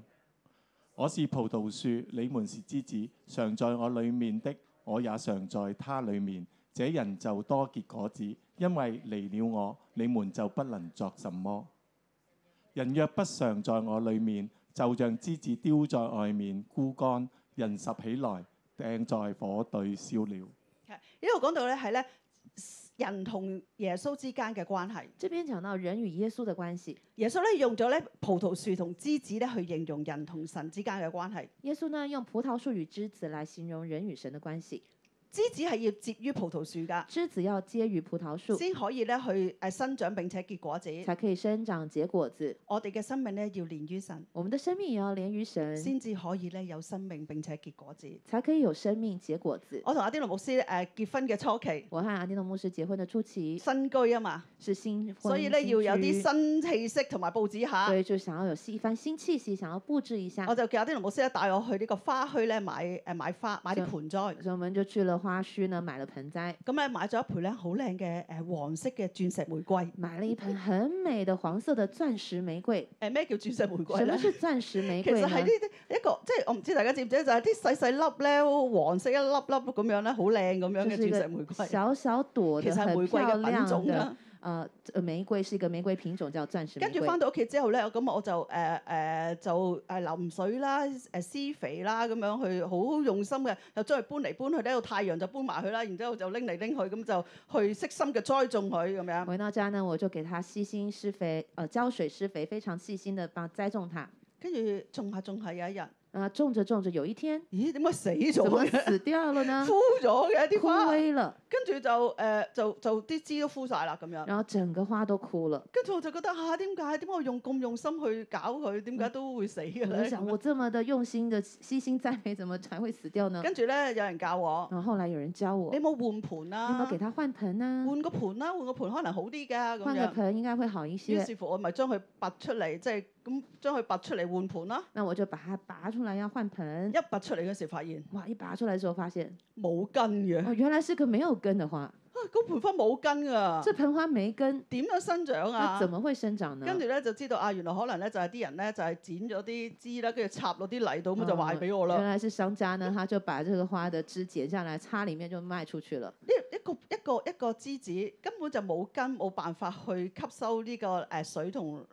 Speaker 3: 我是葡萄樹，你們是枝子。常在我裏面的，我也常在他裏面。這人就多結果子，因為離了我，你們就不能作什麼。人若不常在我裏面，就像枝子丟在外面枯乾，人拾起來。掟在火堆燒了。
Speaker 1: 呢度講到咧係咧人同耶穌之間嘅關係。
Speaker 2: 這邊講到人與耶穌的關係，
Speaker 1: 耶穌咧用咗咧葡萄樹同枝子咧去形容人同神之間嘅關係。
Speaker 2: 耶穌呢用葡萄樹與枝子來形容人與神的關係。
Speaker 1: 枝子係要接於葡萄樹㗎，
Speaker 2: 枝子要接于葡萄树，
Speaker 1: 先可以咧去誒生長並且結果子。
Speaker 2: 才可以生長結果子。
Speaker 1: 我哋嘅生命咧要連於神，
Speaker 2: 我們的生命也要連於神，
Speaker 1: 先至可以咧有生命並且結果子。
Speaker 2: 才可以有生命結果子。
Speaker 1: 我同阿丁龍牧師誒、呃、結婚嘅初期，
Speaker 2: 我和阿丁诺牧師結婚的初期
Speaker 1: 新居啊嘛，
Speaker 2: 是新婚，
Speaker 1: 所以咧要有
Speaker 2: 新居
Speaker 1: 啲新氣息同埋報紙
Speaker 2: 所
Speaker 1: 下。
Speaker 2: 以就想要有一番新氣息，想要佈置一下
Speaker 1: 我，就叫阿丁龍牧師咧帶我去呢個花墟咧買誒、呃、買花買啲盆栽，
Speaker 2: 所以我們就去了花墟呢，買了盆栽，
Speaker 1: 咁咧買咗一盆咧好靚嘅誒黃色嘅鑽石玫瑰。誒、
Speaker 2: 買了一盆很美的黃色的鑽石玫瑰。
Speaker 1: 咩叫鑽石玫瑰
Speaker 2: 什
Speaker 1: 咧
Speaker 2: 麼？是鑽石 玫
Speaker 1: 其
Speaker 2: 瑰啊
Speaker 1: 實
Speaker 2: 呢
Speaker 1: 係？呢啲一個，即係我唔知大家知唔知，就係啲細細粒咧，黃色一粒粒咁樣咧，好靚咁樣嘅
Speaker 2: 就是一
Speaker 1: 鑽石玫
Speaker 2: 個
Speaker 1: 瑰。
Speaker 2: 小小朵
Speaker 1: 其
Speaker 2: 的、
Speaker 1: 實係
Speaker 2: 很
Speaker 1: 玫瑰
Speaker 2: 漂
Speaker 1: 嘅品
Speaker 2: 亮
Speaker 1: 種啊
Speaker 2: 的
Speaker 1: 啦。
Speaker 2: 呃呃玫瑰，是一個玫瑰品種叫鑽石玫
Speaker 1: 跟住
Speaker 2: 瑰
Speaker 1: 翻。到屋企之後咧，咁我就誒誒、呃呃就誒淋水啦、誒施肥啦，咁樣去好用心嘅，又將佢搬嚟搬去咧，有太陽就搬埋佢啦，然之後就拎嚟拎去，咁就去悉心嘅栽種佢咁樣。
Speaker 2: 回到家呢，我就給它細心施肥，呃，浇水施肥，非常細心的幫栽種它。
Speaker 1: 跟住種下種下有一日，
Speaker 2: 啊、種着種着，有一天
Speaker 1: 咦點解死
Speaker 2: 怎麼
Speaker 1: 咗 嘅？
Speaker 2: 死掉了 呢
Speaker 1: 枯？咗嘅啲
Speaker 2: 枯
Speaker 1: 花，
Speaker 2: 萎了，
Speaker 1: 跟住就誒、呃就就啲枝都枯晒啦咁樣。
Speaker 2: 然後整個花都枯了。
Speaker 1: 跟住我就覺得嚇點解點解我用咁用心去搞佢，點解都會死嘅
Speaker 2: 我就
Speaker 1: 咧？
Speaker 2: 想，我這麼的用心的悉心栽培，怎麼才會死 掉呢？
Speaker 1: 跟住咧有人教我，
Speaker 2: 然後後來有人教啊我，
Speaker 1: 你
Speaker 2: 你
Speaker 1: 有冇換盤
Speaker 2: 有沒有
Speaker 1: 啊
Speaker 2: 給？它換盆呢？
Speaker 1: 換個盤啦，換個盤可能好啲㗎咁
Speaker 2: 換個
Speaker 1: 樣。
Speaker 2: 盆應該會好一
Speaker 1: 於
Speaker 2: 些。
Speaker 1: 是乎我咪將佢拔出嚟，即係咁將佢拔出嚟換盤啦。
Speaker 2: 那我就把它拔出來要換 盆。
Speaker 1: 一拔出嚟嗰時發現
Speaker 2: 哇！一拔出來之後發現，
Speaker 1: 冇根嘅，
Speaker 2: 哦，原來是個沒有根的花，
Speaker 1: 啊嗰盆花冇根㗎，
Speaker 2: 這盆花沒根，
Speaker 1: 點樣生長
Speaker 2: 它
Speaker 1: 啊
Speaker 2: 怎？麼會生長呢？
Speaker 1: 跟住咧就知道啊，原來可能咧就係啲人咧就係剪咗啲枝啦，跟住插落啲泥度咁就
Speaker 2: 呃
Speaker 1: 賣俾我啦。
Speaker 2: 原來是商家呢，他就把這個花的枝剪下來，插裡面就賣出去了。
Speaker 1: 呢一個一個一個枝子根本就冇根，冇辦法去吸收呢、個誒、呃水同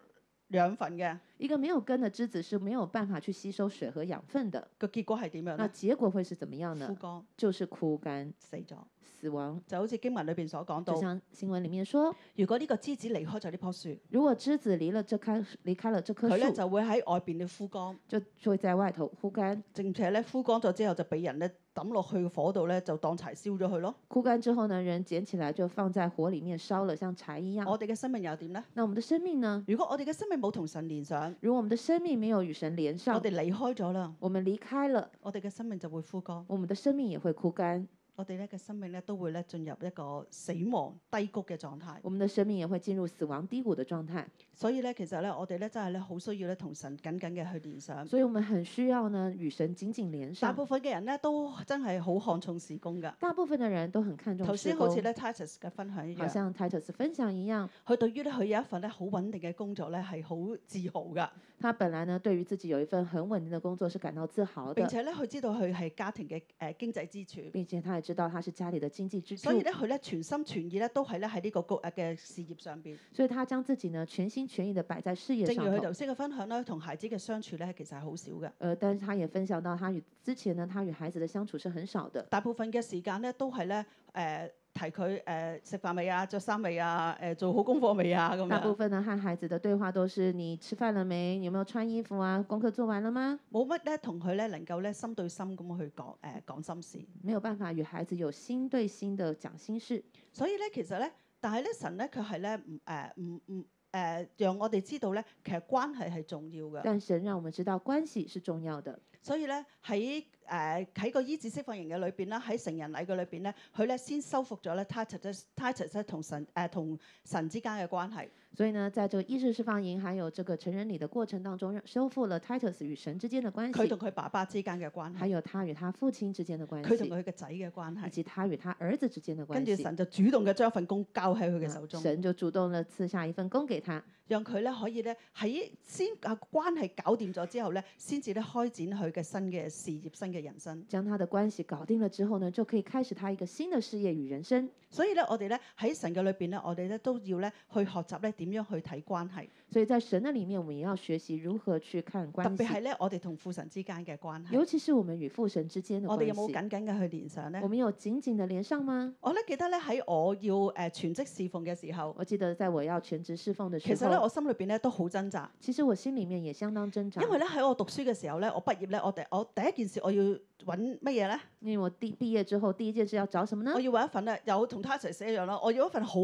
Speaker 1: 養分嘅。
Speaker 2: 一個沒有根的枝子是沒有辦法去吸收水和養分的，
Speaker 1: 個結果係點樣咧？
Speaker 2: 那結果會是怎麼樣
Speaker 1: 枯
Speaker 2: 呢？
Speaker 1: 乾
Speaker 2: 就是枯乾、
Speaker 1: 死咗，
Speaker 2: 死亡。
Speaker 1: 就好似經文裏邊所講
Speaker 2: 就
Speaker 1: 到，
Speaker 2: 像新聞裡面說，
Speaker 1: 如果呢個枝子離開咗呢棵樹，
Speaker 2: 如果枝子離了這棵離開了這棵
Speaker 1: 佢咧
Speaker 2: 樹，
Speaker 1: 就會喺外邊咧枯乾，
Speaker 2: 就就會在外頭枯乾。
Speaker 1: 並且咧枯乾咗之後就俾人咧抌落去個火度咧就當柴燒咗佢咯。
Speaker 2: 枯乾之後呢，人捡起來就放在火裡面燒了，像柴一樣。
Speaker 1: 我哋嘅生命又點咧？
Speaker 2: 那我們的生命呢？
Speaker 1: 如果我哋嘅生命冇同神連上，
Speaker 2: 如果我們的生命沒有與神連
Speaker 1: 我
Speaker 2: 上，
Speaker 1: 哋離開咗啦，
Speaker 2: 我們離開了，
Speaker 1: 我哋嘅生命就會枯乾，
Speaker 2: 我們的生命也會枯乾，
Speaker 1: 我哋咧嘅生命咧都會咧進入一個死亡低谷嘅狀態。
Speaker 2: 我們的生命也會進入死亡低谷的狀態。
Speaker 1: 所以咧，其實咧，我哋咧真係咧好需要咧同神緊緊嘅去聯想。
Speaker 2: 所以，我們很需要呢與神緊緊連
Speaker 1: 嗯大
Speaker 2: 上
Speaker 1: 部。分嘅人咧都真係好看重事工㗎。
Speaker 2: 大部分的人都很看重
Speaker 1: 頭
Speaker 2: 事
Speaker 1: 先好
Speaker 2: 工
Speaker 1: 似，咧 Titus 嘅分享一
Speaker 2: 好
Speaker 1: 樣，
Speaker 2: 像 Titus 分享一樣，
Speaker 1: 佢對於咧佢有一份咧好穩定嘅工作咧係好自豪㗎，
Speaker 2: 他本來呢對於自己有一份很穩定的工作是感到自豪
Speaker 1: 並
Speaker 2: 的，
Speaker 1: 且咧佢知道佢係家庭嘅誒經濟支柱，
Speaker 2: 並且他也知道他是家裡的經濟支柱
Speaker 1: 所，以咧佢咧全心全意咧都係咧喺呢個局嘅事業上邊。
Speaker 2: 所以他將自己呢全心全意的擺在事業
Speaker 1: 正如
Speaker 2: 上
Speaker 1: 佢
Speaker 2: 頭
Speaker 1: 頭。先嘅分享咧，同孩子嘅相處咧其實係好少嘅，
Speaker 2: 呃，但是他也分享到，他與之前呢，他與孩子的相處是很少的，
Speaker 1: 大部分嘅時間咧都係咧誒提佢誒食飯未啊、着衫未啊、誒做好功課未啊咁
Speaker 2: 大部
Speaker 1: 樣，
Speaker 2: 分呢和孩子的對話都是你吃飯了沒？你有沒有穿衣服啊？功課做完了嗎？
Speaker 1: 冇乜咧同佢咧能夠咧心對心咁去講誒講心事。
Speaker 2: 没有辦法與孩子有心對心的講心事，
Speaker 1: 所以咧，其實咧，但係咧，神咧，佢係咧唔誒唔唔誒，讓我哋知道咧，其實關係係重要嘅。
Speaker 2: 但神讓我們知道關係是重要的。
Speaker 1: 所以咧，喺誒喺個醫治釋放營嘅裏邊啦，喺成人禮嘅裏邊咧，佢咧先修復咗咧 Titus Titus 咧同神誒同、神之間嘅關係。
Speaker 2: 所以呢，在這個意識釋放營還有這個成人禮的過程當中，讓修復了 Titus 與神之間的關
Speaker 1: 佢同
Speaker 2: 係，
Speaker 1: 佢爸爸之間嘅關係，
Speaker 2: 還有他與他父親之間的關
Speaker 1: 佢同
Speaker 2: 係，
Speaker 1: 佢嘅仔嘅關
Speaker 2: 以
Speaker 1: 係。
Speaker 2: 及他與他兒子之間的關
Speaker 1: 跟住
Speaker 2: 係。
Speaker 1: 神就主動嘅將份工交喺佢嘅手
Speaker 2: 那
Speaker 1: 中，
Speaker 2: 神就主動了賜下一份工給他，
Speaker 1: 讓佢咧可以咧喺先啊關係搞掂咗之後咧，先至咧開展佢嘅新嘅事業、新嘅人生。
Speaker 2: 將他的關係搞定了之後呢，就可以開始他一個新的事業與人生。
Speaker 1: 所以咧，我哋咧喺神嘅裏邊咧，我哋咧都要咧去學習咧點樣去睇關係，
Speaker 2: 所以在神的裡面，我們也要學習如何去看
Speaker 1: 特
Speaker 2: 關
Speaker 1: 別係
Speaker 2: 係，
Speaker 1: 咧我哋同父神之間嘅關係。
Speaker 2: 尤其是我們與父神之間的
Speaker 1: 我
Speaker 2: 關
Speaker 1: 哋有冇
Speaker 2: 係。
Speaker 1: 緊緊嘅去聯想咧
Speaker 2: 我？們有緊緊的連上嗎？
Speaker 1: 我咧記得咧喺我要誒、呃全職侍奉嘅時候，
Speaker 2: 我記得在我要全職侍奉的時
Speaker 1: 其實咧
Speaker 2: 候，
Speaker 1: 我心裏邊咧都好掙扎，
Speaker 2: 其實我心裡面也相當掙扎
Speaker 1: 因，為咧喺我讀書嘅時候咧，我畢業咧，我第我第一件事我要揾乜嘢咧？
Speaker 2: 因为我第毕业之后第一件事要找什么呢
Speaker 1: 我？要揾一份咧，有同他一齊寫一樣啦。我要一份好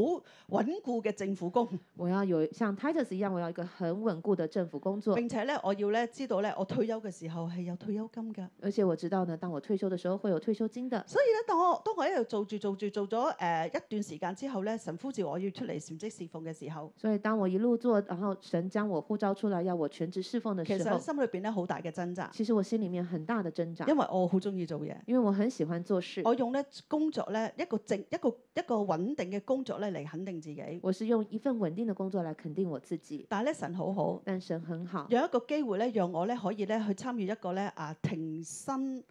Speaker 1: 穩固嘅政府工，
Speaker 2: 我要有像 Titus 一样，我要一个很稳固的政府工作，
Speaker 1: 並且咧，我要咧知道咧，我退休嘅時候係有退休金㗎。
Speaker 2: 而且我知道呢，当我退休的时候会有退休金的。
Speaker 1: 所以咧，當我當我喺度做住做住做咗誒、呃一段時間之後咧，神呼召我要出嚟全職侍奉嘅時候，
Speaker 2: 所以当我一路做，然后神將我呼召出来，要我全职侍奉的
Speaker 1: 其
Speaker 2: 时
Speaker 1: 實
Speaker 2: 候，
Speaker 1: 心裏邊咧好大嘅掙扎，
Speaker 2: 其实我心里面很大的挣扎
Speaker 1: 因，為我好中意做嘢。
Speaker 2: 因为我很喜欢做事，
Speaker 1: 我用咧工作咧一個正一個一個穩定嘅工作咧嚟肯定自己，
Speaker 2: 我是用一份稳定的工作来肯定我自己。
Speaker 1: 但係咧神好好，
Speaker 2: 但神很好，
Speaker 1: 有一個機會咧，讓我咧可以咧去參與一個咧啊停薪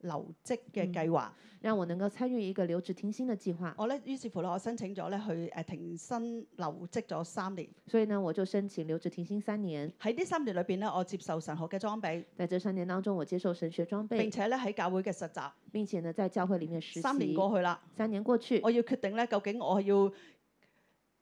Speaker 1: 留職嘅計劃。
Speaker 2: 让我能够参与一个留职停薪的计划，
Speaker 1: 我咧於是乎咧，我申請咗咧去誒停薪留職咗三年。
Speaker 2: 所以呢，我就申请留职停薪三年。
Speaker 1: 喺呢三年裏邊咧，我接受神學嘅裝備，
Speaker 2: 在这三年當中，我接受神学装
Speaker 1: 並
Speaker 2: 备，
Speaker 1: 且咧喺教會嘅實習。
Speaker 2: 并且呢，在教会里面实习。
Speaker 1: 三年哦過去啦，
Speaker 2: 三年过去，
Speaker 1: 我要決定咧，究竟我要誒、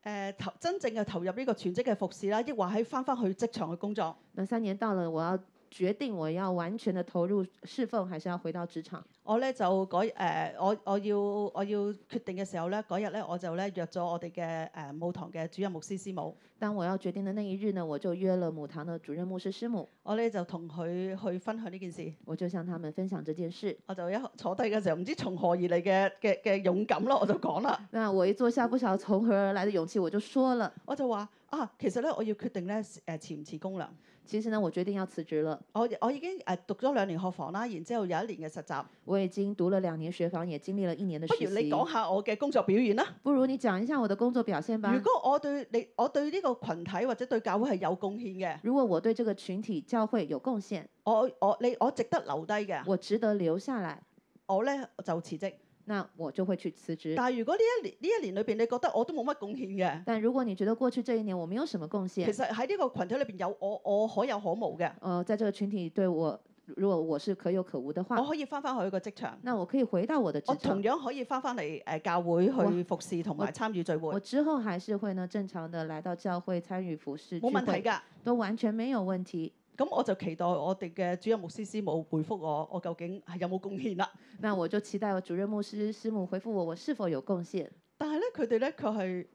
Speaker 1: 呃投真正嘅投入呢個全職嘅服侍啦，抑或喺翻翻去職場嘅工作。
Speaker 2: 那三年到了，我要决定我要完全的投入侍奉，还是要回到职场。
Speaker 1: 我咧就嗰誒、呃我我要我要決定嘅時候咧，嗰日咧我就咧約咗我哋嘅誒舞堂嘅主任牧師師母，
Speaker 2: 当我要决定的那一日呢，我就约了母堂的主任牧师师母，
Speaker 1: 我咧就同佢去分享呢件事。
Speaker 2: 我就向他们分享这件事。
Speaker 1: 我就一坐低嘅時候，唔知從何而嚟嘅嘅嘅勇敢咯，我就講啦，
Speaker 2: 那我一坐下，不晓得从何而来的勇气，我就说了，
Speaker 1: 我就話啊，其實咧我要決定咧誒辭唔辭工啦。
Speaker 2: 其实呢，我决定要辭職了。
Speaker 1: 我我已經誒讀咗兩年學房啦，然之後有一年嘅實習。
Speaker 2: 我已经读了两年学房，也經歷了一年的
Speaker 1: 不
Speaker 2: 實
Speaker 1: 如你講
Speaker 2: 習。
Speaker 1: 下我嘅工作表現啦。
Speaker 2: 不如你讲一下我的工作表現吧
Speaker 1: 如。果我對你，我對呢個群體或者對教會係有貢獻嘅，
Speaker 2: 如果我對這個群體教會有貢獻，
Speaker 1: 我我你我值得留低嘅，
Speaker 2: 我值得留下來，
Speaker 1: 我咧就辭職。
Speaker 2: 那我就會去辭職。
Speaker 1: 但係如果呢一年呢一年裏邊，你覺得我都冇乜貢獻嘅，
Speaker 2: 但如果你覺得過去這一年我沒有什麼貢
Speaker 1: 其
Speaker 2: 獻，
Speaker 1: 實喺呢個群體裏邊有我我可有可無嘅，
Speaker 2: 呃，在這個群體對我，如果我是可有可無的
Speaker 1: 我
Speaker 2: 話，
Speaker 1: 可以翻返去個職場。
Speaker 2: 那我可以回到我的
Speaker 1: 我
Speaker 2: 職
Speaker 1: 哦同
Speaker 2: 場。
Speaker 1: 樣可以翻翻嚟誒教會去
Speaker 2: 哇
Speaker 1: 服侍同埋參與聚
Speaker 2: 我
Speaker 1: 會，
Speaker 2: 之後還是會呢正常的來到教會參與服侍聚
Speaker 1: 冇問題
Speaker 2: 會，
Speaker 1: 㗎。
Speaker 2: 都完全沒有問題。
Speaker 1: 咁我就期待我哋嘅主任牧師師母回覆我，我究竟係有冇貢獻啦？
Speaker 2: 那我就期待我主任牧師師母回復我，我是否有貢獻。
Speaker 1: 但係咧，佢哋咧佢係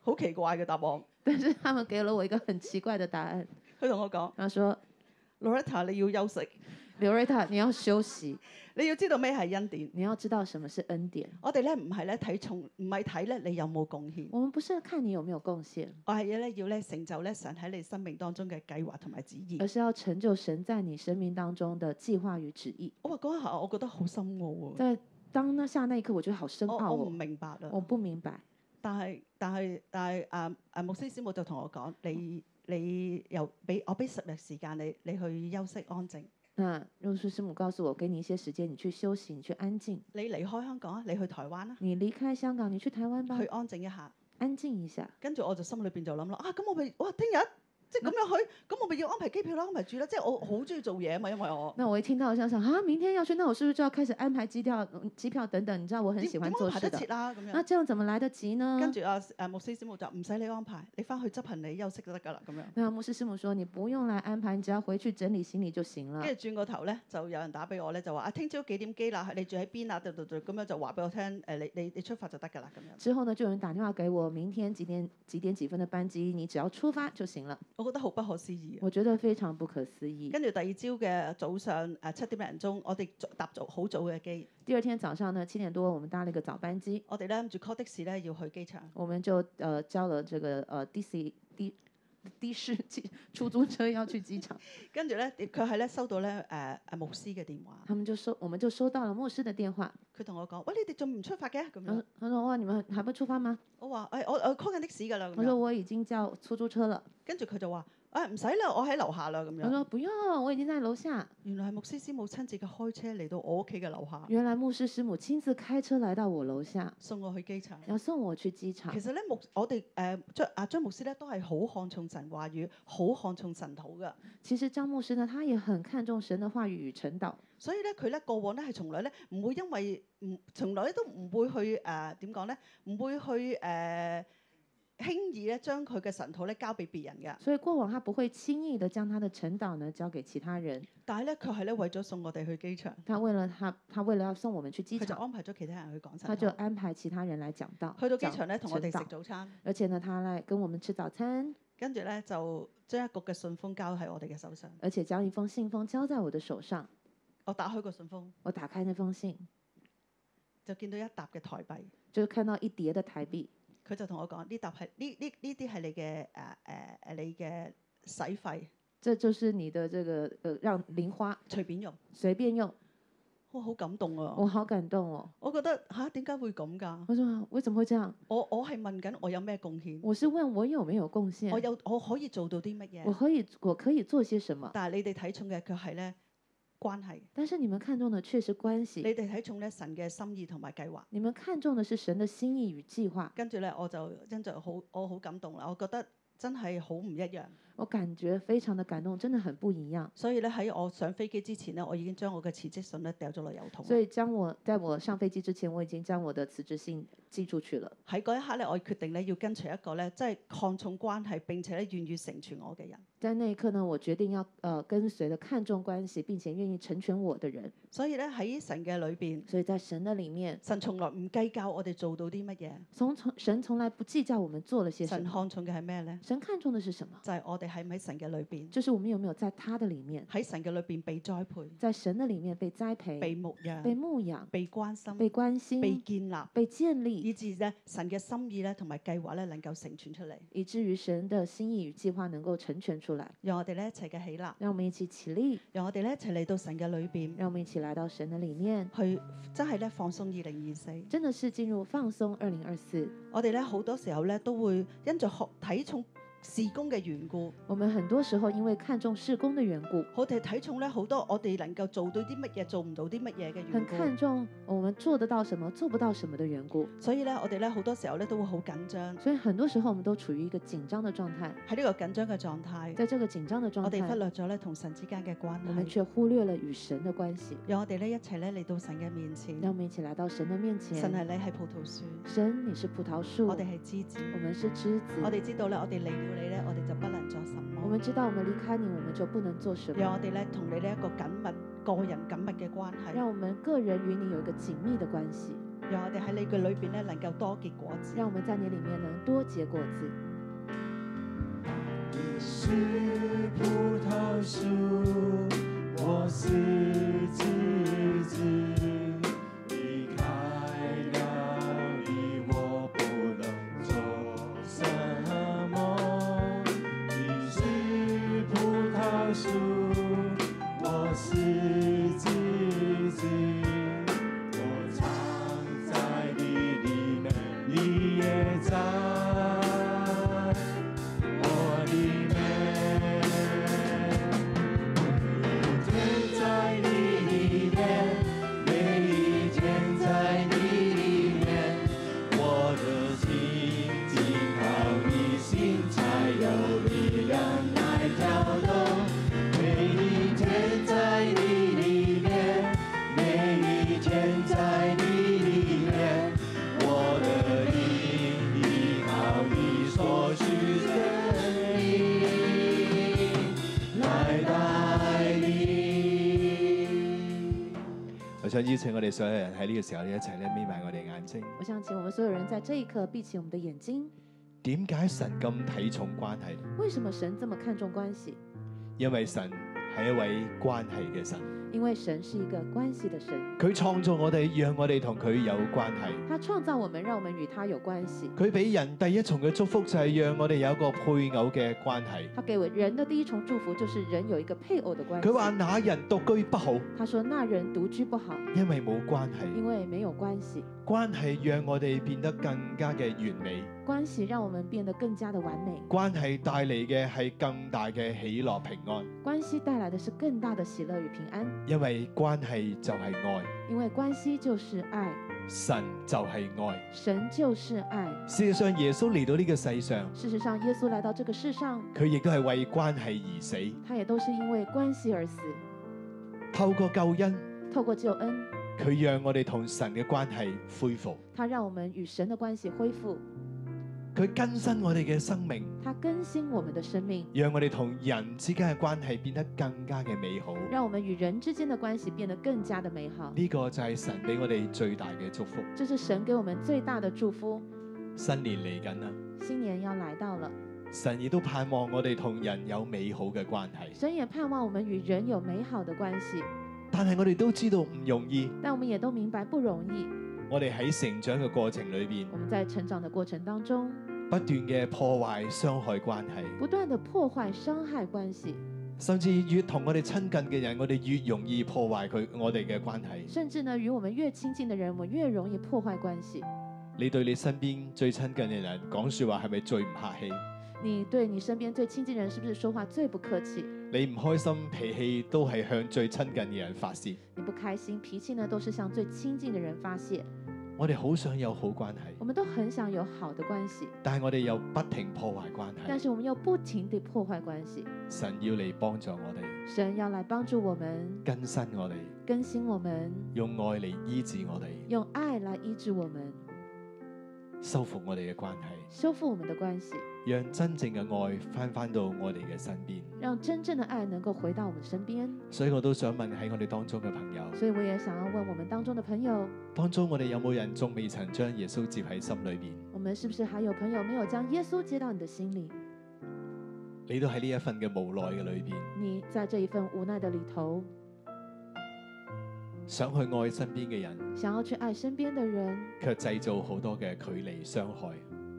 Speaker 1: 好奇怪嘅答案。
Speaker 2: 但是他们给了我一个很奇怪的答案，
Speaker 1: 佢同我講
Speaker 2: 他说
Speaker 1: ：Loretta，你要休息，
Speaker 2: 刘瑞塔，你要休息，
Speaker 1: 你要知道咩係恩典。
Speaker 2: 你要知道什么是恩典。
Speaker 1: 我哋咧唔係咧睇重，唔係睇咧你有冇貢獻，
Speaker 2: 我们不是看你有没有貢獻，
Speaker 1: 我係咧要咧成就咧神喺你生命當中嘅計劃同埋旨意
Speaker 2: 而。是要成就神在你生命当中的计划与旨意。
Speaker 1: 我話嗰一下，我覺得好深奧喎，
Speaker 2: 在当那下那一刻，我觉得好深
Speaker 1: 我
Speaker 2: 奥
Speaker 1: 我唔
Speaker 2: 哦，
Speaker 1: 明白啊啦。
Speaker 2: 我不明白。
Speaker 1: 但係但係但係啊啊牧師師母就同我講：你你又俾我俾十日時間你，你去休息安靜。
Speaker 2: 那若是师母告诉我，给你一些时间，你去休息，你去安静，
Speaker 1: 你離開香港啊，你去台灣啦，
Speaker 2: 你离开香港，你去台湾吧
Speaker 1: 去，安靜一下。
Speaker 2: 安静一下。
Speaker 1: 跟住我就心裏邊就諗啦，啊咁我咪哇聽日即係咁樣去，咁我咪要安排機票啦，安排住啦。即係我好中意做嘢嘛，因為我
Speaker 2: 那我一听到，我想想啊，明天要去，那我是不是就要开始安排机票、嗯机票等等？你知道我很
Speaker 1: 點
Speaker 2: 喜
Speaker 1: 點
Speaker 2: 欢
Speaker 1: 安
Speaker 2: 做
Speaker 1: 排
Speaker 2: 事
Speaker 1: 得
Speaker 2: 的啊
Speaker 1: 切。啦咁樣
Speaker 2: 那。這樣怎麼來得及呢？
Speaker 1: 跟住啊誒牧師師母就唔使你安排，你翻去執行你休息就得㗎啦咁樣。
Speaker 2: 那牧師師母說：“你不用來安排，你只要回去整理行李就行了
Speaker 1: 跟。住轉個頭咧，就有人打俾我咧，就話啊聽朝幾點機啦？你住喺邊啊？嘟嘟嘟咁樣就話俾我聽誒，你你你出發就得㗎啦咁樣。
Speaker 2: 之後呢，就有人打電話給我，明天幾點幾點幾分的班機，你只要出發就行了。
Speaker 1: 我覺得好不可思議啊。
Speaker 2: 我覺得非常不可思議。
Speaker 1: 嗯跟住第二朝嘅早上誒七點零鐘，我哋早搭早好早嘅機，
Speaker 2: 第二天早上呢，七點多我們搭了一個早班機，
Speaker 1: 我哋咧諗住 call 的士咧要去機場。
Speaker 2: 我們就呃叫了這個呃的士的的 士機出租車要去機場。
Speaker 1: 跟住咧，佢係咧收到咧誒誒牧師嘅電話，
Speaker 2: 他們就收，我們就收到了牧師的電話，
Speaker 1: 佢同我講：喂，你哋仲唔出發嘅？咁
Speaker 2: 然後
Speaker 1: 樣
Speaker 2: 他說：哇，你們還不出發嗎？
Speaker 1: 我話：誒、我我 call 緊的士㗎啦。咁
Speaker 2: 我說
Speaker 1: 樣
Speaker 2: 我已經叫出租車了。
Speaker 1: 跟住佢就話：誒唔使啦，我喺樓下啦。咁
Speaker 2: 他
Speaker 1: 樣
Speaker 2: 說不用，我已經在樓下。
Speaker 1: 原來係牧師師母親自嘅開車嚟到我屋企嘅樓下，
Speaker 2: 原來牧師師母親自開車來到我樓下，
Speaker 1: 送我去機場。
Speaker 2: 要送我去機場
Speaker 1: 其。實咧，牧我哋誒張啊張牧師咧都係好看重神話語，好看重神土㗎。
Speaker 2: 其實張牧師呢，他也很看重神的話語與晨導，
Speaker 1: 所以咧，佢咧過往咧係從來咧唔會因呃為唔從來咧都唔會去誒點講咧，唔會去誒呃輕易咧將佢嘅神土咧交俾別人嘅，
Speaker 2: 所以过往他不会轻易的将他的晨祷呢交给其他人，
Speaker 1: 但係咧佢係咧為咗送我哋去機場，
Speaker 2: 他为了他他为了要送我们去机
Speaker 1: 佢就
Speaker 2: 场，
Speaker 1: 安排咗其他人去講
Speaker 2: 他
Speaker 1: 神
Speaker 2: 就
Speaker 1: 土。
Speaker 2: 安排其他人来讲道，
Speaker 1: 去到機
Speaker 2: 讲
Speaker 1: 場咧，同我哋
Speaker 2: 晨
Speaker 1: 食
Speaker 2: 祷
Speaker 1: 早餐，
Speaker 2: 而且呢，他来跟我们吃早餐，
Speaker 1: 跟住咧就將一個嘅信封交喺我哋嘅手上。
Speaker 2: 而且将一封信封交在我的手上。
Speaker 1: 我打開個信封，
Speaker 2: 我打开那封信，
Speaker 1: 就見到一沓嘅台幣，
Speaker 2: 就看到一叠的台币。
Speaker 1: 佢就同我講：呢沓係呢呢呢啲係你嘅誒誒誒你嘅使費，
Speaker 2: 这就是你的这个呃，让零花
Speaker 1: 隨便用。
Speaker 2: 随便用，
Speaker 1: 我好感動啊！
Speaker 2: 我好感動哦！
Speaker 1: 我覺得吓點解會咁㗎？
Speaker 2: 我说为什麼會這樣？
Speaker 1: 我我係問緊我有咩貢獻，
Speaker 2: 我是問我有沒有貢獻，
Speaker 1: 我有我可以做到啲乜
Speaker 2: 我
Speaker 1: 嘢？
Speaker 2: 可以我可以做些什麼？
Speaker 1: 但係你哋睇重嘅佢係咧關係，
Speaker 2: 但是你們看重的却是關
Speaker 1: 你
Speaker 2: 係，
Speaker 1: 哋睇重咧神嘅心意同埋計劃。
Speaker 2: 你們看重的是神的心意與計劃。
Speaker 1: 跟住咧我就跟住好我好感動啦，我覺得真係好唔一樣。
Speaker 2: 我感覺非常的感動，真的很不一樣。
Speaker 1: 所以咧喺我上飛機之前咧，我已經將我嘅辭職信咧掉咗落郵筒啦。
Speaker 2: 所以將我在我上飛機之前，我已經將我的辭職信寄出去了。
Speaker 1: 喺嗰一刻咧，我決定咧要跟隨一個咧，即係看重關係並且咧願意成全我嘅人。
Speaker 2: 在那一刻呢，我決定要呃跟隨着看重關係，並且願意成全我的人。
Speaker 1: 所以咧喺神嘅裏邊，
Speaker 2: 所以在神的裡面，
Speaker 1: 神從來唔計較我哋做到啲乜嘢，
Speaker 2: 从从神從來不計較我們做了些什
Speaker 1: 神
Speaker 2: 麼，
Speaker 1: 看重嘅係咩咧？
Speaker 2: 神看重的是什麼？
Speaker 1: 就係、我哋喺唔喺神嘅裏邊，
Speaker 2: 就是我們有沒有在他的裡面，
Speaker 1: 喺神嘅裏邊被栽培、
Speaker 2: 在神的裡面被栽培、
Speaker 1: 被牧
Speaker 2: 被
Speaker 1: 養、
Speaker 2: 牧養、
Speaker 1: 被關心、
Speaker 2: 被關心、
Speaker 1: 被
Speaker 2: 被
Speaker 1: 建立，
Speaker 2: 建
Speaker 1: 以
Speaker 2: 立，
Speaker 1: 至咧神嘅心意咧同埋計劃咧能夠成全出嚟，
Speaker 2: 以至於神的心意與計劃能夠成全出來。
Speaker 1: 讓我哋咧一齊嘅起立，
Speaker 2: 讓我們一起起立，
Speaker 1: 讓我哋咧一齊嚟到神嘅裏邊，
Speaker 2: 讓我們一起來到神的裡面，
Speaker 1: 去真係咧放鬆二零二四。
Speaker 2: 真的是進入放鬆二零二四。
Speaker 1: 我哋咧好多時候咧都會因着學睇重事工嘅緣故，
Speaker 2: 我們很多時候因為看重事工的緣故，
Speaker 1: 我哋睇重咧好多我哋能夠做到啲乜嘢，做唔到啲乜嘢嘅
Speaker 2: 很看
Speaker 1: 緣
Speaker 2: 重我們做得到什麼、做不到什麼的緣故，
Speaker 1: 故，所以咧我哋咧好多時候咧都會好緊張。
Speaker 2: 所以很多時候我們都處於一個緊張的狀態。
Speaker 1: 喺呢個緊張嘅狀態，
Speaker 2: 在這個緊張的狀
Speaker 1: 我哋忽
Speaker 2: 態，
Speaker 1: 略咗咧同神之間嘅關
Speaker 2: 我們
Speaker 1: 係，
Speaker 2: 卻忽略了與神的關係。
Speaker 1: 讓我哋咧一齊咧嚟到神嘅面前。
Speaker 2: 讓我們一起來到神的面前。
Speaker 1: 神係你係葡萄樹，
Speaker 2: 神，你是葡萄樹，
Speaker 1: 我哋係枝子，
Speaker 2: 我們是枝子。
Speaker 1: 我哋知道咧，我哋離了你咧，我哋就不能做什
Speaker 2: 我
Speaker 1: 麼。
Speaker 2: 們知道，我們離開你，我們就不能做什
Speaker 1: 讓
Speaker 2: 麼。
Speaker 1: 我哋咧同你呢一個緊密個人緊密嘅關係，
Speaker 2: 讓我們個人與你有一個緊密的關係，
Speaker 1: 讓我哋喺你嘅裏邊咧能夠多結果子。
Speaker 2: 讓我們在你裡面能多結果子。
Speaker 3: 你是葡萄树，我是枝子，离开了你我不能做什么。你是葡萄树，我是枝子，我藏在你里面，你也在。我里面，每一天在你里面，每一天在你里面，我的心紧靠你心，才有力量来跳动。每一天在你里面，每一天在你里面。我的灵依靠你所许的你来带领。
Speaker 4: 我想邀請我哋所有人喺呢個時候咧一齊咧眯埋我哋眼睛。
Speaker 2: 我想請我們所有人在這一刻閉起我們的眼睛。
Speaker 4: 點解神咁睇重關係？
Speaker 2: 為什麼神這麼看重關係？
Speaker 4: 因為神係一位關係嘅神，
Speaker 2: 因為神是一個關係的神，
Speaker 4: 佢創造我哋，讓我哋同佢有關係。
Speaker 2: 他創造我們，讓我們與他有關係。
Speaker 4: 佢俾人第一重嘅祝福就係讓我哋有一個配偶嘅關係。
Speaker 2: 他給我人的第一重祝福就是人有一個配偶的關
Speaker 4: 佢話
Speaker 2: 係。
Speaker 4: 那人獨居不好，
Speaker 2: 他說那人獨居不好，
Speaker 4: 因為冇關係。
Speaker 2: 因為沒有關係。
Speaker 4: 關係讓我哋變得更加嘅完美，
Speaker 2: 關係讓我們變得更加的完美，
Speaker 4: 關係帶嚟嘅係更大嘅喜樂平安，
Speaker 2: 關係帶來的是更大的喜樂與平安，
Speaker 4: 因為關係就係愛，
Speaker 2: 因為關係就是愛，
Speaker 4: 神就係愛。
Speaker 2: 神就是愛。
Speaker 4: 事實上，耶穌嚟到呢個世上，
Speaker 2: 事實上，耶穌來到這個世上，
Speaker 4: 佢亦都係為關係而死。
Speaker 2: 他也都是因為關係而死。
Speaker 4: 透過救恩，
Speaker 2: 透過救恩，
Speaker 4: 佢讓我哋同神嘅關係恢復。
Speaker 2: 他讓我們與神的關係恢復。
Speaker 4: 佢更新我哋嘅生命，
Speaker 2: 它更新我们的生命，
Speaker 4: 讓我哋同人之間嘅關係變得更加嘅美好。
Speaker 2: 让我们与人之间的关系变得更加的美好。
Speaker 4: 呢、個就係神俾我哋最大嘅祝福。
Speaker 2: 这是神给我们最大的祝福。
Speaker 4: 新年嚟緊啦，
Speaker 2: 新年要来到了，
Speaker 4: 神亦都盼望我哋同人有美好嘅關係。
Speaker 2: 神也盼望我们与人有美好的关系，
Speaker 4: 但係我哋都知道唔容易，
Speaker 2: 但我们也都明白不容易。
Speaker 4: 我哋喺成長嘅過程裏邊
Speaker 2: 我们在成长的过程当中，
Speaker 4: 不斷嘅破壞、傷害關係，
Speaker 2: 不断的破坏、伤害关系，
Speaker 4: 甚至越同我哋親近嘅人，我哋越容易破壞佢我哋嘅關係。
Speaker 2: 甚至呢，与我们越亲近的人，我们越容易破坏关系。
Speaker 4: 你對你身邊最親近嘅人講説話係咪最唔客氣？
Speaker 2: 你对你身边最亲近的人，是不是说话最不客气？
Speaker 4: 你唔開心脾氣都係向最親近嘅人發泄。
Speaker 2: 你不开心、脾气呢，都是向最亲近的人发泄。
Speaker 4: 我哋好想有好關係，
Speaker 2: 我们都很想有好的关系，
Speaker 4: 但係我哋又不停破壞關
Speaker 2: 但
Speaker 4: 係。
Speaker 2: 是我们又不停地破坏关系。
Speaker 4: 神要嚟幫助我哋，
Speaker 2: 神要来帮助我们，
Speaker 4: 更新我哋，
Speaker 2: 更新我们，
Speaker 4: 用愛嚟醫治我哋，
Speaker 2: 用爱来医治我们，
Speaker 4: 修復我哋嘅關係。
Speaker 2: 修复我们的关系，
Speaker 4: 讓真正嘅愛翻翻到我哋嘅身邊。
Speaker 2: 让真正的爱能够回到我们身边。
Speaker 4: 所以我都想問喺我哋當中嘅朋友，
Speaker 2: 所以我也想要问我们当中的朋友，
Speaker 4: 當中我哋有冇人仲未曾將耶穌接喺心裏面？
Speaker 2: 我们是不是还有朋友没有将耶稣接到你的心里？
Speaker 4: 你都喺呢一份嘅無奈嘅裏面，
Speaker 2: 你在这一份无奈的里头，
Speaker 4: 想去愛身邊嘅人，
Speaker 2: 想要去爱身边的人，
Speaker 4: 卻製造好多嘅距離傷害。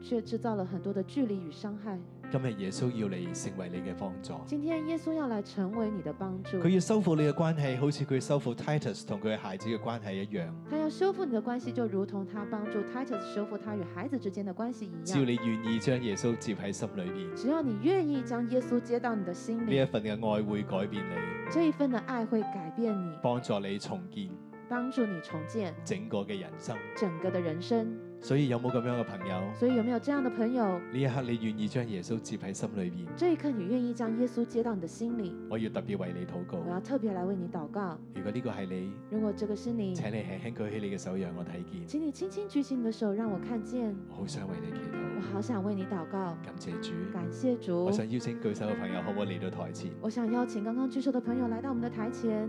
Speaker 2: 却制造了很多的距离与伤害。
Speaker 4: 今日耶穌要你成為你嘅幫助，
Speaker 2: 今天耶稣要来成为你的帮助
Speaker 4: 佢，要修復你嘅關係，好似佢修復 Titus 同佢孩子嘅關係一樣。
Speaker 2: 他要修复你的关系，就如同他帮助 Titus 修复他与孩子之间的关系一
Speaker 4: 只要
Speaker 2: 样。
Speaker 4: 你願意將耶穌接喺心裏面，
Speaker 2: 只要你愿意将耶稣接到你的心
Speaker 4: 呢一
Speaker 2: 里，
Speaker 4: 份嘅愛會改變你，
Speaker 2: 这一份的愛会改变你，
Speaker 4: 幫助你重建
Speaker 2: 帮助你重建
Speaker 4: 整個嘅人生。
Speaker 2: 整个的人生。
Speaker 4: 所以有冇咁樣嘅朋友？
Speaker 2: 所以有没有这样的朋友？
Speaker 4: 呢一刻你願意將耶穌接喺心裏面，
Speaker 2: 这一刻你愿意将耶稣接到你的心里？
Speaker 4: 我要特別為你禱告。
Speaker 2: 我要特别来为你祷告。
Speaker 4: 如果呢個係你，
Speaker 2: 如果这个是你，
Speaker 4: 請你輕輕舉起你嘅手，讓我睇見。
Speaker 2: 请你轻轻举起你的手，让我看见。
Speaker 4: 我好想為你祈
Speaker 2: 我
Speaker 4: 禱，
Speaker 2: 好想为你祷告，
Speaker 4: 感謝主。
Speaker 2: 感谢主
Speaker 4: 我。想邀請舉手嘅朋友，可唔可以嚟到台前？
Speaker 2: 我想邀请刚刚举手的朋友来到我们的台前，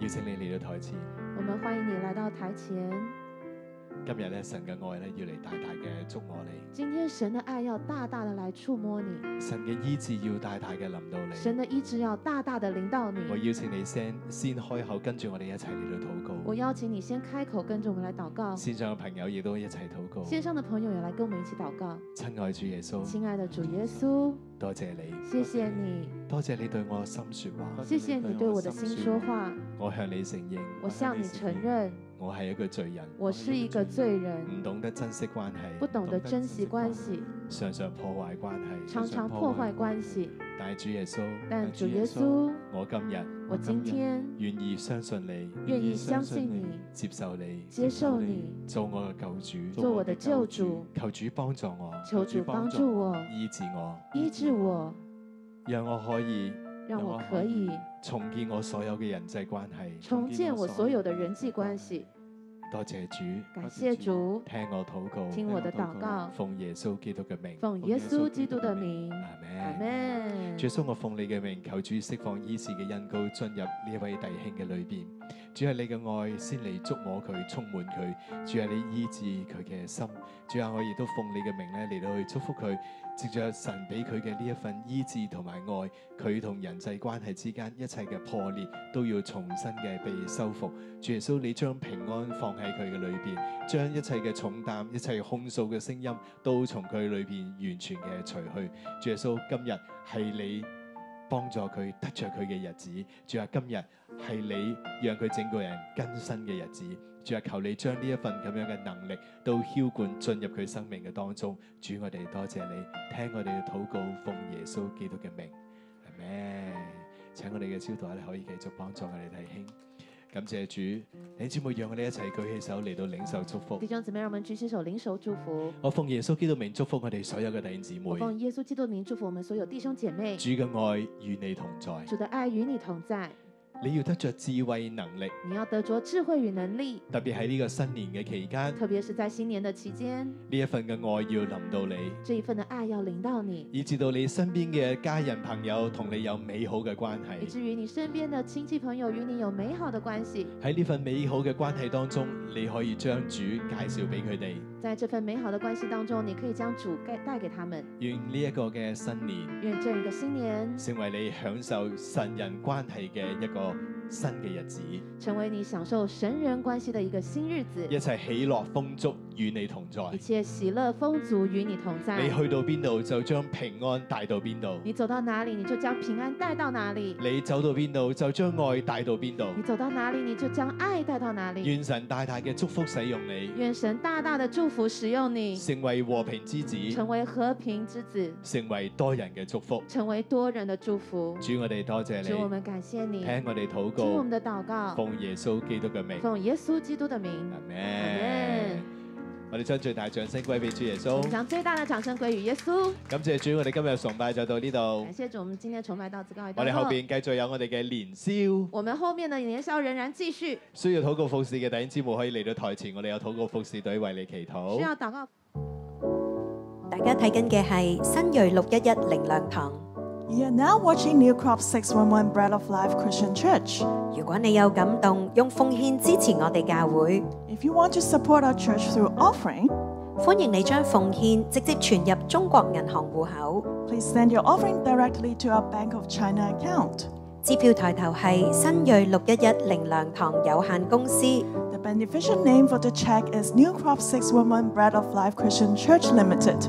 Speaker 4: 邀請你嚟到台前。
Speaker 2: 我们欢迎你来到台前。
Speaker 4: 今日咧，神嘅愛咧，要嚟大大嘅捉我你，
Speaker 2: 今天神的爱要大大的来触摸你，
Speaker 4: 神嘅醫治要大大嘅臨到
Speaker 2: 神
Speaker 4: 你。
Speaker 2: 的医治要大大的临到
Speaker 4: 我
Speaker 2: 你。
Speaker 4: 邀請你先先開口，跟住我哋一齊嚟到禱
Speaker 2: 我
Speaker 4: 告。
Speaker 2: 邀请你先开口，跟着我们来祷告。
Speaker 4: 線上嘅朋友亦都一齊禱告。
Speaker 2: 线上的朋友也来跟我们一起祷告。
Speaker 4: 親愛主耶穌，
Speaker 2: 亲爱的主耶稣，
Speaker 4: 多謝你，
Speaker 2: 谢谢你，
Speaker 4: 多謝你對我心説話。
Speaker 2: 谢谢你对我的心说话。
Speaker 4: 我向你承認，
Speaker 2: 我向你承认，
Speaker 4: 我係一個罪人，
Speaker 2: 我是一个罪人，
Speaker 4: 唔懂得珍惜關
Speaker 2: 不
Speaker 4: 係，
Speaker 2: 懂得珍惜关系，
Speaker 4: 常常破壞關係。
Speaker 2: 常常破坏关系。
Speaker 4: 但係主耶穌，
Speaker 2: 但主耶稣，
Speaker 4: 我今日
Speaker 2: 我今天
Speaker 4: 願意相信你，
Speaker 2: 愿意相信你，
Speaker 4: 接受你，
Speaker 2: 接受你，
Speaker 4: 做我嘅救主，
Speaker 2: 做我的救主。
Speaker 4: 求主幫助我，
Speaker 2: 求主帮助我，
Speaker 4: 醫治我，
Speaker 2: 医治我，
Speaker 4: 讓我可以
Speaker 2: 让我可以
Speaker 4: 重建我所有嘅人際關係。
Speaker 2: 重建我所有的人际关系。
Speaker 4: 多謝主，
Speaker 2: 感谢主，
Speaker 4: 聽我禱
Speaker 2: 听
Speaker 4: 告，
Speaker 2: 我的祷告，
Speaker 4: 奉耶穌基督嘅名，
Speaker 2: 奉耶稣基督的名，
Speaker 4: 阿
Speaker 2: 阿
Speaker 4: 門。
Speaker 2: 门
Speaker 4: 主。耶穌，我奉你嘅名，求主釋放醫治嘅恩膏進入呢位弟兄嘅裏邊。主係你嘅愛先嚟觸摸佢，充滿佢。主係你醫治佢嘅心。主啊，我亦都奉你嘅名咧嚟到去祝福佢，藉着神俾佢嘅呢一份醫治同埋愛，佢同人際關係之間一切嘅破裂都要重新嘅被修復。主耶穌，你將平安放喺佢嘅裏邊，將一切嘅重擔、一切控訴嘅聲音都從佢裏邊完全嘅除去。主耶穌，今日係你幫助佢得着佢嘅日子。主啊，今日係你讓佢整個人更新嘅日子。主啊，求你將呢一份咁樣嘅能力到澆灌進入佢生命嘅當中。主，我哋多謝你，聽我哋嘅禱告，奉耶穌基督嘅名，阿咩？請我哋嘅招待咧可以繼續幫助我哋弟兄。感謝主，你姊妹讓我哋一齊舉起手嚟到領受祝福
Speaker 2: 弟。兄姊妹，让我们举起手，领手祝福。
Speaker 4: 我奉耶穌基督名祝福我哋所有嘅弟兄姊
Speaker 2: 我
Speaker 4: 妹。
Speaker 2: 奉耶稣基督的名祝福我们所有弟兄姐妹，
Speaker 4: 主嘅愛與你同在。
Speaker 2: 主的爱与你同在。
Speaker 4: 你要得着智慧能力，
Speaker 2: 你要得着智慧与能力，
Speaker 4: 特別喺呢個新年嘅期間，
Speaker 2: 特別是在新年的期間，
Speaker 4: 呢一份嘅愛要臨到你，
Speaker 2: 这一份的爱要临到你，
Speaker 4: 以至到你身邊嘅家人朋友同你有美好嘅關
Speaker 2: 以
Speaker 4: 係。
Speaker 2: 至于你身邊的親戚朋友與你有美好的關係。
Speaker 4: 喺呢份美好嘅關係當中，你可以將主介紹俾佢哋。
Speaker 2: 在這份美好的關係當中，你可以將主帶帶給他們。
Speaker 4: 願呢一個嘅新年
Speaker 2: 愿这一個新年
Speaker 4: 成為你享受神人關係嘅一個新嘅日子，
Speaker 2: 成為你享受神人關係的一個新日子，
Speaker 4: 一切喜樂豐足與你同在
Speaker 2: 一。切喜樂豐足與你同在
Speaker 4: 你。去到邊度就將平安帶到邊度，
Speaker 2: 你走到哪裡，你就將平安帶到哪裡；
Speaker 4: 你走到邊度就將愛帶到邊度。
Speaker 2: 你走到哪裡，你就將愛帶到哪裡。
Speaker 4: 願神大大嘅祝福使用你，
Speaker 2: 願神大大的祝福使用你，
Speaker 4: 成為和平之子，
Speaker 2: 成為和平之子，
Speaker 4: 成為多人嘅祝福。
Speaker 2: 成為多人的祝福。
Speaker 4: 主，我哋多謝你，
Speaker 2: 主，我們感謝你，
Speaker 4: 聽我哋禱
Speaker 2: 聽我
Speaker 4: 告
Speaker 2: 們，的禱告，
Speaker 4: 奉耶穌基督嘅名，
Speaker 2: 奉耶穌基督的名
Speaker 4: 阿，
Speaker 2: Amen
Speaker 4: 門。我哋將最大掌聲歸俾主耶
Speaker 2: 我們
Speaker 4: 穌。
Speaker 2: 將最大的掌聲歸於耶穌。
Speaker 4: 感謝主，我哋今日崇拜就到呢度
Speaker 2: 感。謝主，我們今天崇拜到此告一
Speaker 4: 我
Speaker 2: 段
Speaker 4: 哋
Speaker 2: 落。
Speaker 4: 後邊繼續有我哋嘅年宵，
Speaker 2: 我們後面的年宵仍然繼續，
Speaker 4: 需要禱告服侍嘅弟兄姊妹可以嚟到台前，我哋有禱告服侍隊為你祈
Speaker 2: 需
Speaker 4: 禱。
Speaker 2: 要禱告。
Speaker 5: 大家睇緊嘅係新锐六一一靈糧堂。
Speaker 6: You're now watching New Crop 611 Bread of Life Christian Church.
Speaker 5: 如果你有感動，用奉獻支持我哋教會，
Speaker 6: If you want to support our church through offering,
Speaker 5: 歡迎你將奉獻直接存入中國銀行户口。
Speaker 6: please send your offering directly to our Bank of China account.
Speaker 5: 支票抬頭係新锐六一一靈糧堂有限公司。
Speaker 6: The beneficial name for the check is New Crop 611 Bread of Life Christian Church Limited.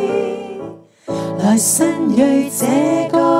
Speaker 7: 來新锐這個